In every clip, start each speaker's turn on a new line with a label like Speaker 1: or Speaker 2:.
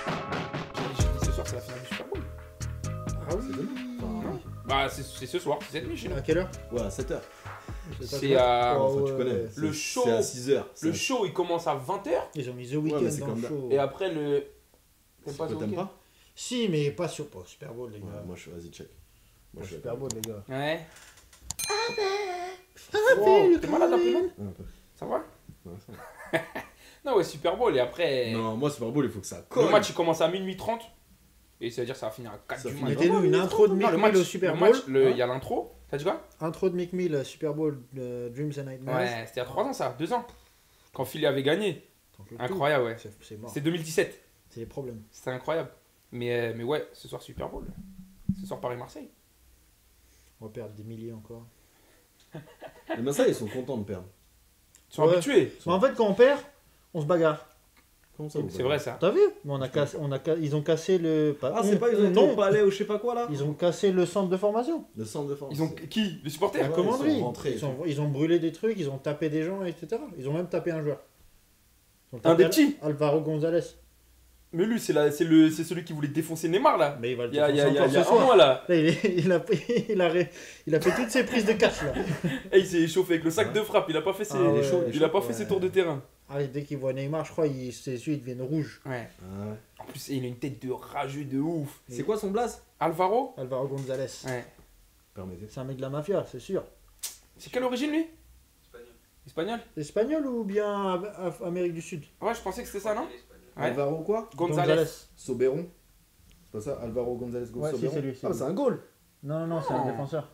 Speaker 1: Ce soir, c'est la finale du Super Bowl.
Speaker 2: Ah oui.
Speaker 1: C'est demain.
Speaker 2: Enfin,
Speaker 1: Bah, c'est- c'est ce soir, c'est cette nuit chez nous.
Speaker 2: À quelle heure
Speaker 3: Ouais, à 7h.
Speaker 2: Je sais pas
Speaker 1: C'est à.
Speaker 2: quoi.
Speaker 3: Enfin, tu
Speaker 2: Oh, ouais.
Speaker 3: connais.
Speaker 2: Le
Speaker 3: Ah C'est-
Speaker 1: show-
Speaker 3: C'est à 6h.
Speaker 1: Le show, il commence à 20h.
Speaker 2: Ils ont mis The
Speaker 3: Ouais,
Speaker 2: Weeknd
Speaker 3: mais c'est
Speaker 2: dans
Speaker 3: comme
Speaker 2: le
Speaker 3: ça.
Speaker 2: show.
Speaker 1: Et après le. T'aimes pas
Speaker 3: Toi,
Speaker 1: ce
Speaker 3: t'aimes
Speaker 1: week-end
Speaker 3: pas
Speaker 2: Si, mais pas sur pas au Super Bowl, les gars.
Speaker 3: Ouais, Moi, je vas-y, check. Moi,
Speaker 2: Au
Speaker 3: je suis
Speaker 2: Super Bowl, les gars.
Speaker 1: Ouais. Wow, Ah, T'es malade après man
Speaker 3: Ouais, un peu.
Speaker 1: Ça va
Speaker 3: Ouais, ça va.
Speaker 1: Non, ouais, Super Bowl. Et après.
Speaker 3: Non, moi, Super Bowl, il faut que ça
Speaker 1: Le
Speaker 3: colle.
Speaker 1: match, il commence à minuit 30. Et ça veut dire que ça va finir à 4
Speaker 3: Ça
Speaker 1: du
Speaker 3: finit
Speaker 1: matin.
Speaker 2: Mettez-nous une intro de
Speaker 1: Non,
Speaker 2: Mick
Speaker 1: le match,
Speaker 2: Mill au Super
Speaker 1: le
Speaker 2: Bowl. hein.
Speaker 1: match, le- il y a l'intro. T'as dit quoi
Speaker 2: Intro de Mick Mill, Super Bowl, euh, Dreams and Nightmares.
Speaker 1: Ouais, c'était il y a 3 ans ça, 2 ans. Quand Philly avait gagné.
Speaker 2: Tant que le
Speaker 1: Incroyable, ouais.
Speaker 2: tout, C'est c'est mort.
Speaker 1: C'était 2017.
Speaker 2: C'est les problèmes.
Speaker 1: C'était incroyable. Mais, euh, mais ouais, ce soir Super Bowl. Ce soir Paris-Marseille.
Speaker 2: On va perdre des milliers encore.
Speaker 3: Mais ben, ça, ils sont contents de perdre.
Speaker 1: Ils sont
Speaker 2: Ouais.
Speaker 1: habitués.
Speaker 2: Mais en fait, quand on perd, on se bagarre.
Speaker 3: Comment
Speaker 2: Oh,
Speaker 3: ça vous
Speaker 1: C'est
Speaker 2: bah
Speaker 3: voyez
Speaker 1: vrai ça.
Speaker 2: T'as vu Mais on a cassé, on a ca- Ils ont cassé le.
Speaker 3: Ah,
Speaker 1: Mmh.
Speaker 3: c'est pas, ils ont été au
Speaker 2: non.
Speaker 3: palais ou je sais pas quoi là
Speaker 2: Ils ont cassé le centre de formation.
Speaker 3: Le centre de force.
Speaker 1: Ils ont qui Les supporters
Speaker 2: La
Speaker 3: ouais,
Speaker 2: commanderie.
Speaker 3: ils
Speaker 2: Ils,
Speaker 3: sont rentrés.
Speaker 2: ont, ils ont brûlé des trucs, ils ont tapé des gens, etc. Ils ont même tapé un joueur. Ils ont
Speaker 1: Un
Speaker 2: tapé
Speaker 1: des petits
Speaker 2: Al- Alvaro Gonzalez.
Speaker 1: Mais lui, c'est la- c'est le- c'est celui qui voulait défoncer Neymar là.
Speaker 2: Mais il va le
Speaker 1: Il y a, il y
Speaker 2: défoncer
Speaker 1: a- il y a-
Speaker 2: encore
Speaker 1: il y a
Speaker 2: ce
Speaker 1: un
Speaker 2: soir.
Speaker 1: mois là.
Speaker 2: Là, il, est- il a, il, a ré- il a fait toutes ses prises de cash là.
Speaker 1: Eh, il s'est échauffé avec le sac de frappe. Il a pas fait ses,
Speaker 2: Ah ouais.
Speaker 1: il a pas fait ses tours de terrain.
Speaker 2: Ah, dès qu'il voit Neymar, je crois, il, ses yeux ils deviennent rouges.
Speaker 1: Ouais.
Speaker 3: Ah ouais.
Speaker 1: En plus, il a une tête de rageux de ouf.
Speaker 3: C'est quoi son blaze
Speaker 1: Alvaro
Speaker 2: Alvaro Gonzalez.
Speaker 1: Ouais.
Speaker 3: Permettez.
Speaker 2: C'est un mec de la mafia, c'est sûr.
Speaker 1: C'est quelle origine lui Espagnol. Espagnol
Speaker 2: Espagnol ou bien Af- Amérique du Sud
Speaker 1: Ouais, je pensais que c'était ça, non Ouais.
Speaker 3: Alvaro quoi
Speaker 1: Gonzalez.
Speaker 3: Soberon C'est pas ça Alvaro González
Speaker 2: Ouais,
Speaker 3: Gomez
Speaker 2: si,
Speaker 3: Soberon
Speaker 2: c'est lui, c'est
Speaker 3: Ah,
Speaker 2: lui.
Speaker 3: c'est un goal
Speaker 2: Non, non, non, c'est un
Speaker 1: Oh.
Speaker 2: défenseur.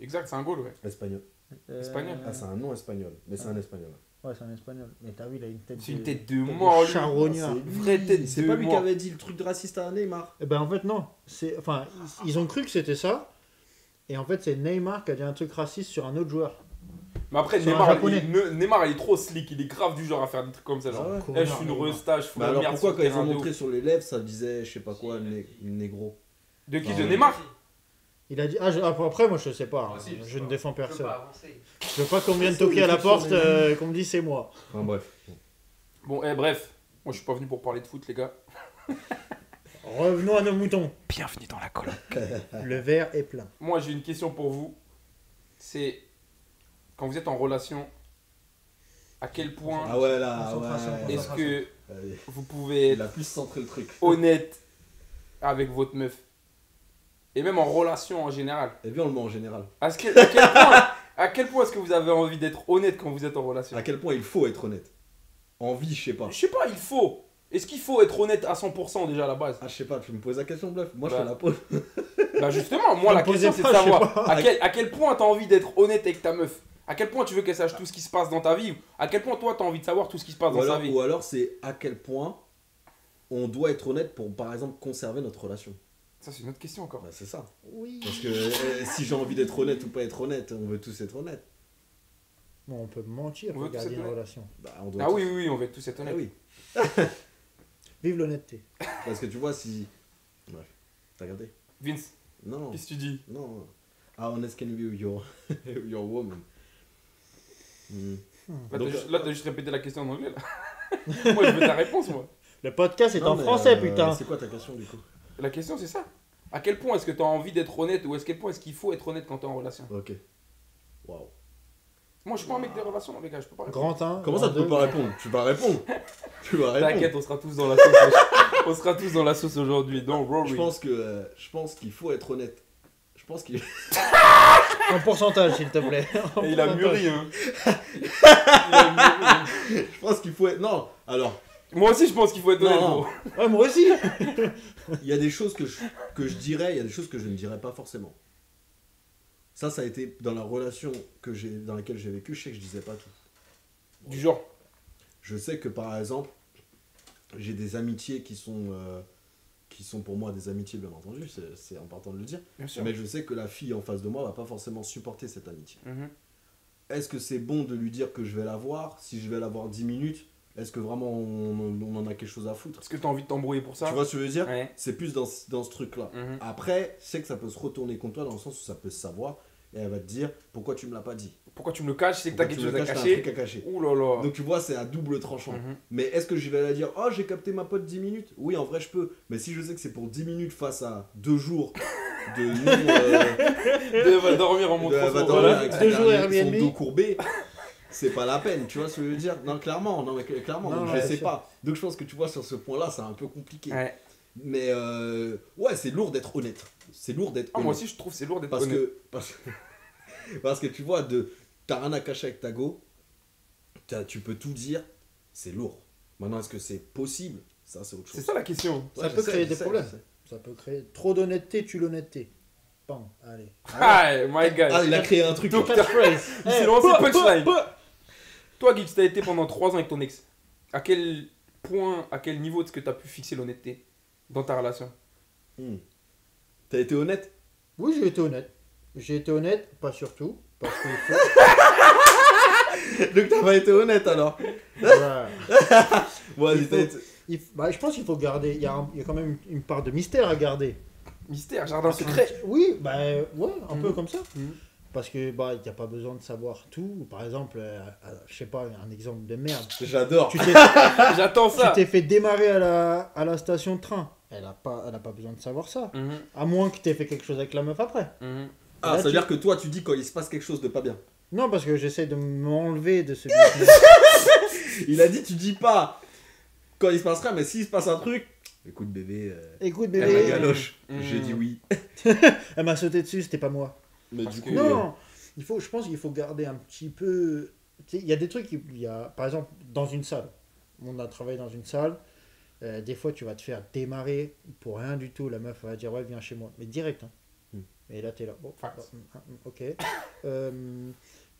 Speaker 1: Exact, c'est un goal, ouais.
Speaker 3: Espagnol.
Speaker 2: Euh,
Speaker 1: Espagnol.
Speaker 3: Ah, c'est un nom espagnol, mais c'est un espagnol.
Speaker 2: Ouais, c'est un espagnol. Mais t'as vu, il a une tête
Speaker 1: C'est
Speaker 2: de-
Speaker 1: une tête de mort, lui.
Speaker 2: charognard.
Speaker 3: Ah, c'est-
Speaker 1: Vraie tête
Speaker 3: C'est
Speaker 1: de
Speaker 3: pas lui qui
Speaker 1: mort.
Speaker 3: avait dit le truc de raciste à Neymar
Speaker 2: Eh ben en fait, non. C'est... Enfin, ils- ils ont cru que c'était ça. Et en fait, c'est Neymar qui a dit un truc raciste sur un autre joueur.
Speaker 1: Mais après,
Speaker 2: C'est un
Speaker 1: Neymar
Speaker 2: Japonais.
Speaker 1: il, Ne- Neymar, il est trop slick, il est grave du genre à faire des trucs comme ça. Genre,
Speaker 3: Ah ouais.
Speaker 1: Eh, je suis une
Speaker 2: Connard,
Speaker 1: resta, je fous
Speaker 3: Bah
Speaker 1: la
Speaker 3: alors
Speaker 1: merde.
Speaker 3: pourquoi
Speaker 1: sur
Speaker 3: quand
Speaker 1: le
Speaker 3: ils ont
Speaker 1: terrain de
Speaker 3: montré
Speaker 1: ouf.
Speaker 3: sur les lèvres ça disait je sais pas quoi né- négro
Speaker 1: De qui
Speaker 3: Ah
Speaker 1: De
Speaker 3: ouais.
Speaker 1: Neymar
Speaker 2: Il a dit. Ah, je- ah, après, moi, je sais pas.
Speaker 4: Moi
Speaker 2: hein.
Speaker 4: aussi, je
Speaker 2: je
Speaker 4: sais
Speaker 2: ne
Speaker 4: pas.
Speaker 2: défends
Speaker 4: Je peux
Speaker 2: personne.
Speaker 4: pas avancer.
Speaker 2: Je veux pas qu'on vienne
Speaker 3: C'est ça,
Speaker 2: toquer
Speaker 3: les
Speaker 2: à la
Speaker 3: trucs sur
Speaker 2: porte,
Speaker 3: les
Speaker 2: euh, qu'on me dise c'est moi.
Speaker 3: Enfin bref.
Speaker 1: Bon, eh, bref. Moi, je suis pas venu pour parler de foot, les gars.
Speaker 2: Revenons à nos moutons.
Speaker 1: Bienvenue dans la colonne.
Speaker 2: Le verre est plein.
Speaker 1: Moi, j'ai une question pour vous. C'est quand vous êtes en relation, à quel point
Speaker 3: Ah ouais là,
Speaker 2: Concentration,
Speaker 3: ouais.
Speaker 1: est-ce que
Speaker 3: Allez.
Speaker 1: vous pouvez
Speaker 3: Il
Speaker 1: être
Speaker 3: a plus centré le truc.
Speaker 1: honnête avec votre meuf Et même en relation en général.
Speaker 3: Et bien on le met en général.
Speaker 1: À, ce que- à quel point, à quel point est-ce que vous avez envie d'être honnête quand vous êtes en relation
Speaker 3: À quel point il faut être honnête Envie, je sais pas.
Speaker 1: Je sais pas, il faut. Est-ce qu'il faut être honnête à 100% déjà à la base
Speaker 3: Ah, je sais pas, tu me poses la question, bluff. Moi, je
Speaker 1: Bah.
Speaker 3: fais la pause.
Speaker 1: Bah justement, moi
Speaker 2: Me
Speaker 1: la
Speaker 2: posez
Speaker 1: question c'est de
Speaker 2: pas, je sais
Speaker 1: savoir à quel, à quel point t'as envie d'être honnête avec ta meuf À quel point tu veux qu'elle sache tout ce qui se passe dans ta vie À quel point toi t'as envie de savoir tout ce qui se passe
Speaker 3: Ou
Speaker 1: dans sa
Speaker 3: alors,
Speaker 1: vie
Speaker 3: ou alors, c'est à quel point on doit être honnête pour, par exemple, conserver notre relation.
Speaker 1: Ça c'est une autre question encore.
Speaker 3: Bah, c'est ça.
Speaker 2: Oui.
Speaker 3: Parce que euh, si j'ai envie d'être honnête ou pas être honnête, on veut tous être honnête.
Speaker 2: Bon, on peut mentir
Speaker 1: On
Speaker 2: pour
Speaker 1: veut que
Speaker 2: garder
Speaker 1: c'est
Speaker 2: une
Speaker 1: honnête.
Speaker 2: relation.
Speaker 3: Bah, on doit
Speaker 1: Ah
Speaker 3: être-
Speaker 1: oui, oui, oui, on va être tous être
Speaker 3: Ah
Speaker 1: honnêtes.
Speaker 3: oui.
Speaker 2: Vive l'honnêteté.
Speaker 3: Parce que tu vois, si. Ouais. T'as regardé
Speaker 1: Vince,
Speaker 3: Non.
Speaker 1: qu'est-ce que tu dis
Speaker 3: Non. Ah, honest can be your, your woman. Hmm.
Speaker 1: Là t'as
Speaker 3: Donc,
Speaker 1: juste,
Speaker 3: euh,
Speaker 1: là, t'as juste répété la question en anglais là. moi je veux ta réponse moi.
Speaker 2: Le podcast est
Speaker 3: Non,
Speaker 2: en
Speaker 3: mais,
Speaker 2: français,
Speaker 3: euh,
Speaker 2: putain.
Speaker 3: C'est quoi ta question du coup
Speaker 1: La question c'est ça. À quel point est-ce que t'as envie d'être honnête ou à quel point est-ce qu'il faut être honnête quand t'es en relation
Speaker 3: Ok. Waouh.
Speaker 1: Moi je suis pas un mec des relations les gars, je peux pas répondre.
Speaker 2: Grand 1.
Speaker 3: Comment ça, tu peux pas répondre Tu vas répondre Tu vas répondre.
Speaker 1: T'inquiète, on sera tous dans la sauce. on sera tous dans la sauce aujourd'hui. Don't
Speaker 3: Je
Speaker 1: worry.
Speaker 3: pense que euh, je pense qu'il faut être honnête. Je pense qu'il
Speaker 2: En pourcentage, s'il te plaît. En
Speaker 1: Et il a
Speaker 2: pourcentage.
Speaker 1: mûri, hein. Il a mûri, hein.
Speaker 3: je pense qu'il faut être non. Alors,
Speaker 1: Moi aussi, je pense qu'il faut être honnête,
Speaker 3: Non.
Speaker 1: gros.
Speaker 2: Ouais, moi aussi.
Speaker 3: il y a des choses que je, que je dirais, il y a des choses que je ne dirais pas forcément. Ça ça a été dans la relation que j'ai dans laquelle j'ai vécu, je sais que je disais pas tout.
Speaker 1: Du genre,
Speaker 3: Je sais que par exemple, j'ai des amitiés qui sont euh, qui sont pour moi des amitiés bien entendu, c'est c'est important de le dire,
Speaker 1: bien sûr.
Speaker 3: mais je sais que la fille en face de moi va pas forcément supporter cette amitié.
Speaker 1: Mhm.
Speaker 3: Est-ce que c'est bon de lui dire que je vais la voir Si je vais la voir 10 minutes, Est-ce que vraiment on, on en a quelque chose à foutre
Speaker 1: Est-ce que t'as envie de t'embrouiller pour ça
Speaker 3: Tu vois ce que je veux dire
Speaker 1: Ouais.
Speaker 3: C'est plus dans, ce- dans ce truc-là.
Speaker 1: Mhm.
Speaker 3: Après, je sais que ça peut se retourner contre toi dans le sens où ça peut se savoir et elle va te dire pourquoi tu me l'as pas dit.
Speaker 1: Pourquoi tu me le caches C'est que t'as
Speaker 3: Pourquoi
Speaker 1: quelque
Speaker 3: tu me
Speaker 1: chose à
Speaker 3: caches, t'as un
Speaker 1: cacher.
Speaker 3: truc à cacher.
Speaker 1: Ouh là là.
Speaker 3: Donc tu vois, c'est à double tranchant.
Speaker 1: Mhm.
Speaker 3: Mais est-ce que je vais la dire Oh, j'ai capté ma pote 10 minutes Oui, en vrai, je peux. Mais si je sais que c'est pour 10 minutes face à 2 jours de non. euh,
Speaker 1: Elle va dormir en
Speaker 3: de-
Speaker 1: montrant
Speaker 3: va
Speaker 1: son
Speaker 3: dormir
Speaker 1: voilà.
Speaker 3: avec sa
Speaker 2: Deux jours
Speaker 3: dernière-
Speaker 2: Airbnb.
Speaker 3: son dos courbé, c'est pas la peine. Tu vois ce que je veux dire Non, clairement, non, mais cl- clairement,
Speaker 2: Non,
Speaker 3: donc
Speaker 2: ouais,
Speaker 3: je sais
Speaker 2: c'est-
Speaker 3: pas. Donc je pense que tu vois, sur ce point-là, c'est un peu compliqué.
Speaker 1: Ouais.
Speaker 3: Mais euh, ouais, c'est lourd d'être honnête. C'est lourd d'être
Speaker 1: Ah,
Speaker 3: honnête.
Speaker 1: moi aussi, je trouve que c'est lourd d'être
Speaker 3: Parce
Speaker 1: honnête.
Speaker 3: que, parce, parce que tu vois, de t'as rien à cacher avec ta go, t'as- tu peux tout dire, c'est lourd. Maintenant, est-ce que c'est possible Ça, c'est autre
Speaker 1: C'est
Speaker 3: chose.
Speaker 1: ça la question.
Speaker 2: Ça peut
Speaker 3: je sais,
Speaker 2: créer
Speaker 3: je
Speaker 2: des
Speaker 3: sais,
Speaker 2: problèmes.
Speaker 3: je sais.
Speaker 2: Ça peut créer trop d'honnêteté, tu l'honnêteté. Bam, allez.
Speaker 1: Ah, my God.
Speaker 3: Ah, il a créé un truc.
Speaker 1: Donc,
Speaker 3: là.
Speaker 2: Catchphrase.
Speaker 1: Il
Speaker 2: Eh,
Speaker 1: s'est lancé
Speaker 2: bah,
Speaker 1: punchline.
Speaker 2: bah, bah.
Speaker 1: Toi, Gibbs, t'as été pendant 3 ans avec ton ex. À quel point, à quel niveau est-ce que t'as pu fixer l'honnêteté dans ta relation
Speaker 3: Hmm. T'as été honnête
Speaker 2: Oui, j'ai été honnête. J'ai été honnête, pas surtout. Parce que.
Speaker 3: Donc, t'as pas été honnête alors
Speaker 2: Voilà.
Speaker 3: Ouais,
Speaker 2: Il
Speaker 3: t'as été-
Speaker 2: Il f- bah, je pense qu'il faut garder. Il y, a un- il y a quand même une une part de mystère à garder.
Speaker 1: Mystère, jardin secret.
Speaker 2: Oui, bah ouais, un peu
Speaker 1: Ah, Mhm.
Speaker 2: comme ça.
Speaker 1: Mhm.
Speaker 2: Parce que bah il n'y a pas besoin de savoir tout. Par exemple, euh, euh, je sais pas, un exemple de merde.
Speaker 3: J'adore.
Speaker 2: Tu t'es tu
Speaker 3: Ah,
Speaker 1: J'attends ça.
Speaker 2: t'es fait démarrer à la, à la station de train. Elle a pas, elle a pas besoin de savoir ça.
Speaker 1: Mhm,
Speaker 2: À moins que t'aies fait quelque chose avec la meuf après.
Speaker 1: mhm.
Speaker 3: Ah,
Speaker 2: Là,
Speaker 3: ça veut
Speaker 2: tu-
Speaker 3: dire que toi, tu dis quand il se passe quelque chose de pas bien.
Speaker 2: Non, parce que j'essaie de m'enlever de ce
Speaker 3: Il a dit, tu dis pas quand il se passe rien, mais s'il se passe un truc. Écoute, bébé, euh,
Speaker 2: Écoute
Speaker 3: elle m'a
Speaker 1: Eh,
Speaker 2: bébé,
Speaker 1: galo-
Speaker 3: galoche.
Speaker 1: hmm.
Speaker 3: J'ai dit oui.
Speaker 2: elle m'a sauté dessus, c'était pas moi.
Speaker 3: Mais
Speaker 1: Parce
Speaker 3: du
Speaker 1: que-
Speaker 3: coup. euh,
Speaker 2: Non, il faut, je pense qu'il faut garder un petit peu. tu sais, Il y a des trucs, il y a, par exemple, dans une salle. On a travaillé dans une salle. euh, des fois, tu vas te faire démarrer pour rien du tout. La meuf va dire ouais, viens chez moi, mais direct. hein.
Speaker 3: Hmm.
Speaker 2: Et là, t'es là. Bon,
Speaker 1: Fact.
Speaker 2: ah, ah, ok. Euh,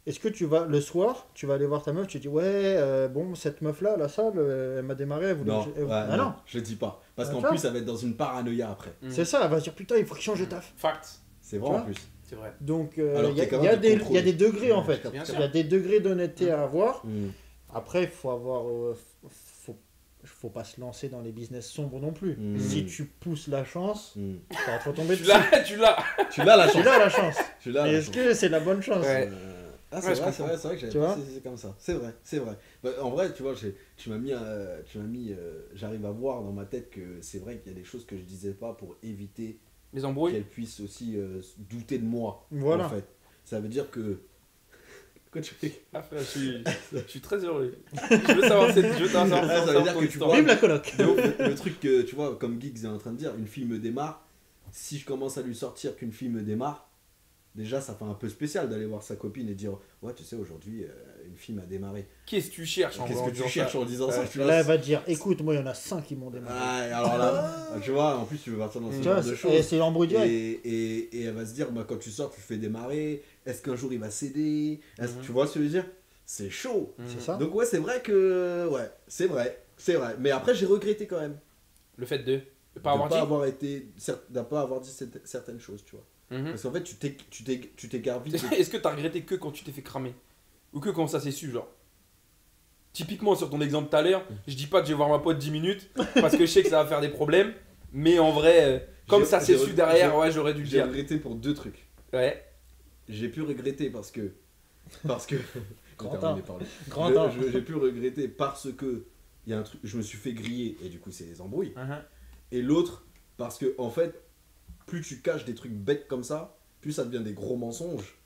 Speaker 2: Est-ce que tu vas le soir, tu vas aller voir ta meuf, tu dis ouais, euh, bon, cette meuf là, la salle, euh, elle m'a démarré, elle voulait.
Speaker 3: Non,
Speaker 2: me- elle-
Speaker 3: ouais,
Speaker 2: Ah
Speaker 3: non,
Speaker 2: non,
Speaker 3: je dis pas. Parce
Speaker 2: Bah,
Speaker 3: qu'en
Speaker 2: tu
Speaker 3: plus,
Speaker 2: vois.
Speaker 3: ça va être dans une paranoïa après.
Speaker 1: Mhm.
Speaker 2: c'est ça. Elle va se dire putain, il faut qu'il change de taf.
Speaker 1: Fact.
Speaker 3: C'est
Speaker 2: Tu
Speaker 3: vrai en
Speaker 2: vois
Speaker 3: plus.
Speaker 1: C'est vrai.
Speaker 2: Donc, euh,
Speaker 3: Alors
Speaker 2: il y a-
Speaker 3: t'es capable
Speaker 2: il y, a
Speaker 3: de
Speaker 2: des- il y
Speaker 3: contrôler.
Speaker 2: a des degrés en fait.
Speaker 1: Bien
Speaker 2: Il
Speaker 1: sûr.
Speaker 2: y a des degrés d'honnêteté à avoir.
Speaker 3: Hmm.
Speaker 2: Après, faut avoir, euh, f- faut, faut pas se lancer dans les business sombres non plus.
Speaker 3: Mmh.
Speaker 2: Si tu pousses la chance,
Speaker 3: Hmm.
Speaker 2: ça va te retomber
Speaker 1: Tu
Speaker 2: dessus.
Speaker 1: l'as, tu l'as.
Speaker 3: Tu l'as la
Speaker 2: Tu
Speaker 3: chance.
Speaker 2: l'as la chance.
Speaker 3: Tu l'as
Speaker 2: Mais
Speaker 3: la
Speaker 2: Est-ce
Speaker 3: chance.
Speaker 2: que c'est la bonne chance
Speaker 1: Ouais.
Speaker 3: Euh, Ah, c'est
Speaker 1: Ouais, je
Speaker 3: vrai, c'est
Speaker 1: comprends.
Speaker 3: vrai, c'est vrai que j'avais
Speaker 2: Tu
Speaker 3: pas
Speaker 2: vois
Speaker 3: saisi comme ça. C'est vrai, c'est vrai. Bah, en vrai, tu vois, j'ai- tu m'as mis, euh, tu m'as mis, euh, j'arrive à voir dans ma tête que c'est vrai qu'il y a des choses que je disais pas pour éviter
Speaker 1: Les embrouilles.
Speaker 3: qu'elle puisse aussi euh, s- douter de moi.
Speaker 2: Voilà.
Speaker 3: En fait, ça veut dire que. Quoi tu fais
Speaker 1: Ah, frère, je, suis, je suis très heureux. Je veux savoir cette. Je veux savoir,
Speaker 3: Ouais, Ah, ça veut
Speaker 1: savoir
Speaker 3: dire
Speaker 1: ton
Speaker 3: que tu
Speaker 1: histoire.
Speaker 3: vois-
Speaker 2: Vive la coloc.
Speaker 3: Non, le, le truc que tu vois, comme Geeks est en train de dire, une fille me démarre. Si je commence à lui sortir qu'une fille me démarre, déjà ça fait un peu spécial d'aller voir sa copine et dire Ouais, tu sais, aujourd'hui euh, une fille m'a démarré.
Speaker 1: Qu'est-ce que tu cherches en
Speaker 3: Qu'est-ce
Speaker 1: vrai, en
Speaker 3: que tu
Speaker 1: disant
Speaker 3: cherches
Speaker 1: ça
Speaker 3: en disant ça
Speaker 1: Ouais.
Speaker 3: tu vois,
Speaker 2: Là, elle va te dire, écoute, moi, il y en a 5 qui m'ont démarré.
Speaker 3: Ah, et alors là, tu vois, en plus tu veux partir dans ce
Speaker 2: tu
Speaker 3: genre
Speaker 2: vois,
Speaker 3: de
Speaker 2: c'est eh,
Speaker 3: choses.
Speaker 2: c'est l'embrouille
Speaker 3: Et,
Speaker 2: direct.
Speaker 3: et- et elle va se dire, bah, quand tu sors, tu le fais démarrer. Est-ce qu'un jour il va céder Est-ce-
Speaker 1: Mhm.
Speaker 3: Tu vois ce que je veux dire C'est chaud.
Speaker 1: Mhm.
Speaker 2: C'est ça
Speaker 3: Donc ouais, c'est vrai que... Ouais, c'est vrai. C'est vrai. Mais après, j'ai regretté quand même.
Speaker 1: Le fait de. de
Speaker 3: de
Speaker 1: Pas avoir
Speaker 3: pas
Speaker 1: dit.
Speaker 3: avoir été... cer- De pas avoir dit cette- certaines choses, tu vois.
Speaker 1: Mhm.
Speaker 3: Parce qu'en fait, tu t'é- tu t'é- tu t'égares vite. de-
Speaker 1: Est-ce que t'as regretté que quand tu t'es fait cramer Ou que quand ça s'est su, genre Typiquement, sur ton exemple tout à l'heure,
Speaker 3: Mm.
Speaker 1: je dis pas que je vais voir ma pote 10 minutes parce que je sais que ça va faire des problèmes, mais en vrai, euh, comme
Speaker 3: J'ai-
Speaker 1: ça s'est
Speaker 3: j'ai-
Speaker 1: su derrière,
Speaker 3: j'ai-
Speaker 1: ouais, j'aurais dû le
Speaker 3: J'ai
Speaker 1: dire.
Speaker 3: regretté pour deux trucs.
Speaker 1: Ouais.
Speaker 3: J'ai pu regretter parce que... Parce que... J'ai
Speaker 2: Grand
Speaker 3: terminé
Speaker 2: temps.
Speaker 3: par le-
Speaker 2: Grand
Speaker 3: Le-
Speaker 2: temps.
Speaker 3: je- J'ai pu regretter parce que il y a un truc, je me suis fait griller et du coup c'est les embrouilles. Et l'autre parce que en fait, plus tu caches des trucs bêtes comme ça, plus ça devient des gros mensonges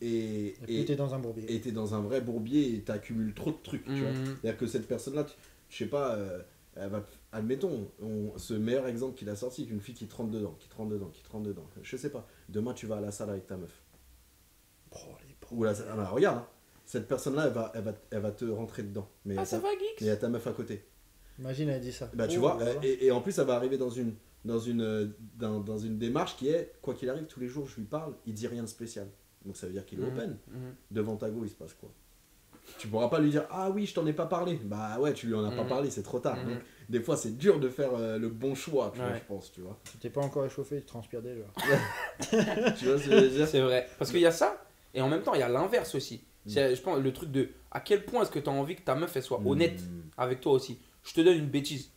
Speaker 3: et
Speaker 2: Et puis,
Speaker 3: et
Speaker 2: t'es dans un bourbier.
Speaker 3: et t'es dans un vrai bourbier et t'accumules trop de trucs. tu vois.
Speaker 1: Mhm.
Speaker 3: C'est-à-dire que cette personne-là, tu- je sais pas, euh, elle va, admettons, on- ce meilleur exemple qu'il a sorti, une fille qui te rentre dedans, qui te rentre dedans, qui te rentre dedans. Je sais pas. Demain tu vas à la salle avec ta meuf.
Speaker 2: Oh, les pauvres.
Speaker 3: Ou à la salle, ah bah, regarde, hein. cette personne-là, elle va, elle va, elle va te rentrer dedans. Mais
Speaker 1: Ah,
Speaker 3: elle
Speaker 1: ça
Speaker 3: t'a-
Speaker 1: va, Geeks
Speaker 3: et il y a ta meuf à côté.
Speaker 2: Imagine, elle dit ça.
Speaker 3: Bah tu
Speaker 2: Oh,
Speaker 3: vois,
Speaker 2: là, là.
Speaker 3: et, et en plus ça va arriver dans une, dans une, euh, dans, dans une démarche qui est, quoi qu'il arrive, tous les jours je lui parle, il dit rien de spécial. Donc ça veut dire qu'il est
Speaker 1: Mhm.
Speaker 3: open.
Speaker 1: Mhm.
Speaker 3: Devant ta go, il se passe quoi Tu pourras pas lui dire, ah oui, je t'en ai pas parlé. Bah ouais, tu lui en as pas
Speaker 1: Mhm.
Speaker 3: parlé, c'est trop tard.
Speaker 1: Mhm.
Speaker 3: Donc, des fois c'est dur de faire euh, le bon choix, tu vois,
Speaker 1: Ouais.
Speaker 3: je pense, tu vois.
Speaker 2: Tu t'es pas encore échauffé, tu transpires déjà.
Speaker 3: tu vois ce que je veux dire
Speaker 1: C'est vrai. Parce qu'il y a ça, et en même temps, il y a l'inverse aussi.
Speaker 3: Mm.
Speaker 1: C'est- Je pense le truc de à quel point est-ce que tu as envie que ta meuf elle soit honnête
Speaker 3: Hmm.
Speaker 1: avec toi aussi. Je te donne une bêtise.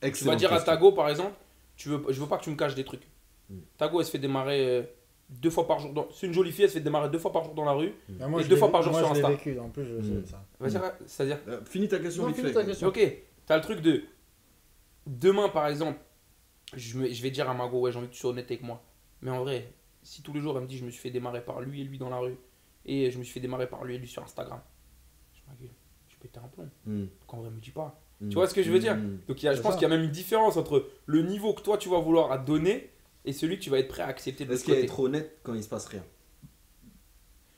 Speaker 1: Tu vas dire à Tago par exemple, tu veux, je veux pas que tu me caches des trucs.
Speaker 2: Hmm.
Speaker 3: Mm.
Speaker 1: Tago elle se fait démarrer euh, deux fois par jour. dans- C'est une jolie fille, elle se fait démarrer deux fois par jour dans la rue.
Speaker 2: Mais Bah, moi,
Speaker 1: Et
Speaker 2: je
Speaker 1: deux
Speaker 2: l'ai-
Speaker 1: fois par jour
Speaker 2: moi,
Speaker 1: sur
Speaker 2: je l'ai
Speaker 1: Insta. Hmm.
Speaker 2: vécu, en plus, je
Speaker 3: Mm.
Speaker 2: sais ça.
Speaker 1: Vas-y,
Speaker 3: Mm.
Speaker 1: C'est-à-dire,
Speaker 3: Euh, finis ta question
Speaker 4: Non,
Speaker 3: vite
Speaker 4: finis
Speaker 3: fait.
Speaker 4: ta question.
Speaker 1: ok, t'as le truc de demain par exemple, je, me- je vais dire à Margot, ouais, j'ai envie que tu sois honnête avec moi. Mais en vrai, si tous les jours elle me dit, je me suis fait démarrer par lui et lui dans la rue, et je me suis fait démarrer par lui et lui sur Instagram, je ma gueule, je pétais un plomb.
Speaker 3: Mm.
Speaker 1: Quand vrai, elle me dit pas.
Speaker 3: Mm.
Speaker 1: Tu vois ce que je veux dire
Speaker 3: Mm.
Speaker 1: Donc il y a- je
Speaker 2: C'est
Speaker 1: pense
Speaker 2: ça.
Speaker 1: qu'il y a même une différence entre le niveau que toi tu vas vouloir à donner et celui que tu vas être prêt à accepter de l'autre
Speaker 3: Est-ce qu'il y a
Speaker 1: côté.
Speaker 3: être honnête quand il se passe rien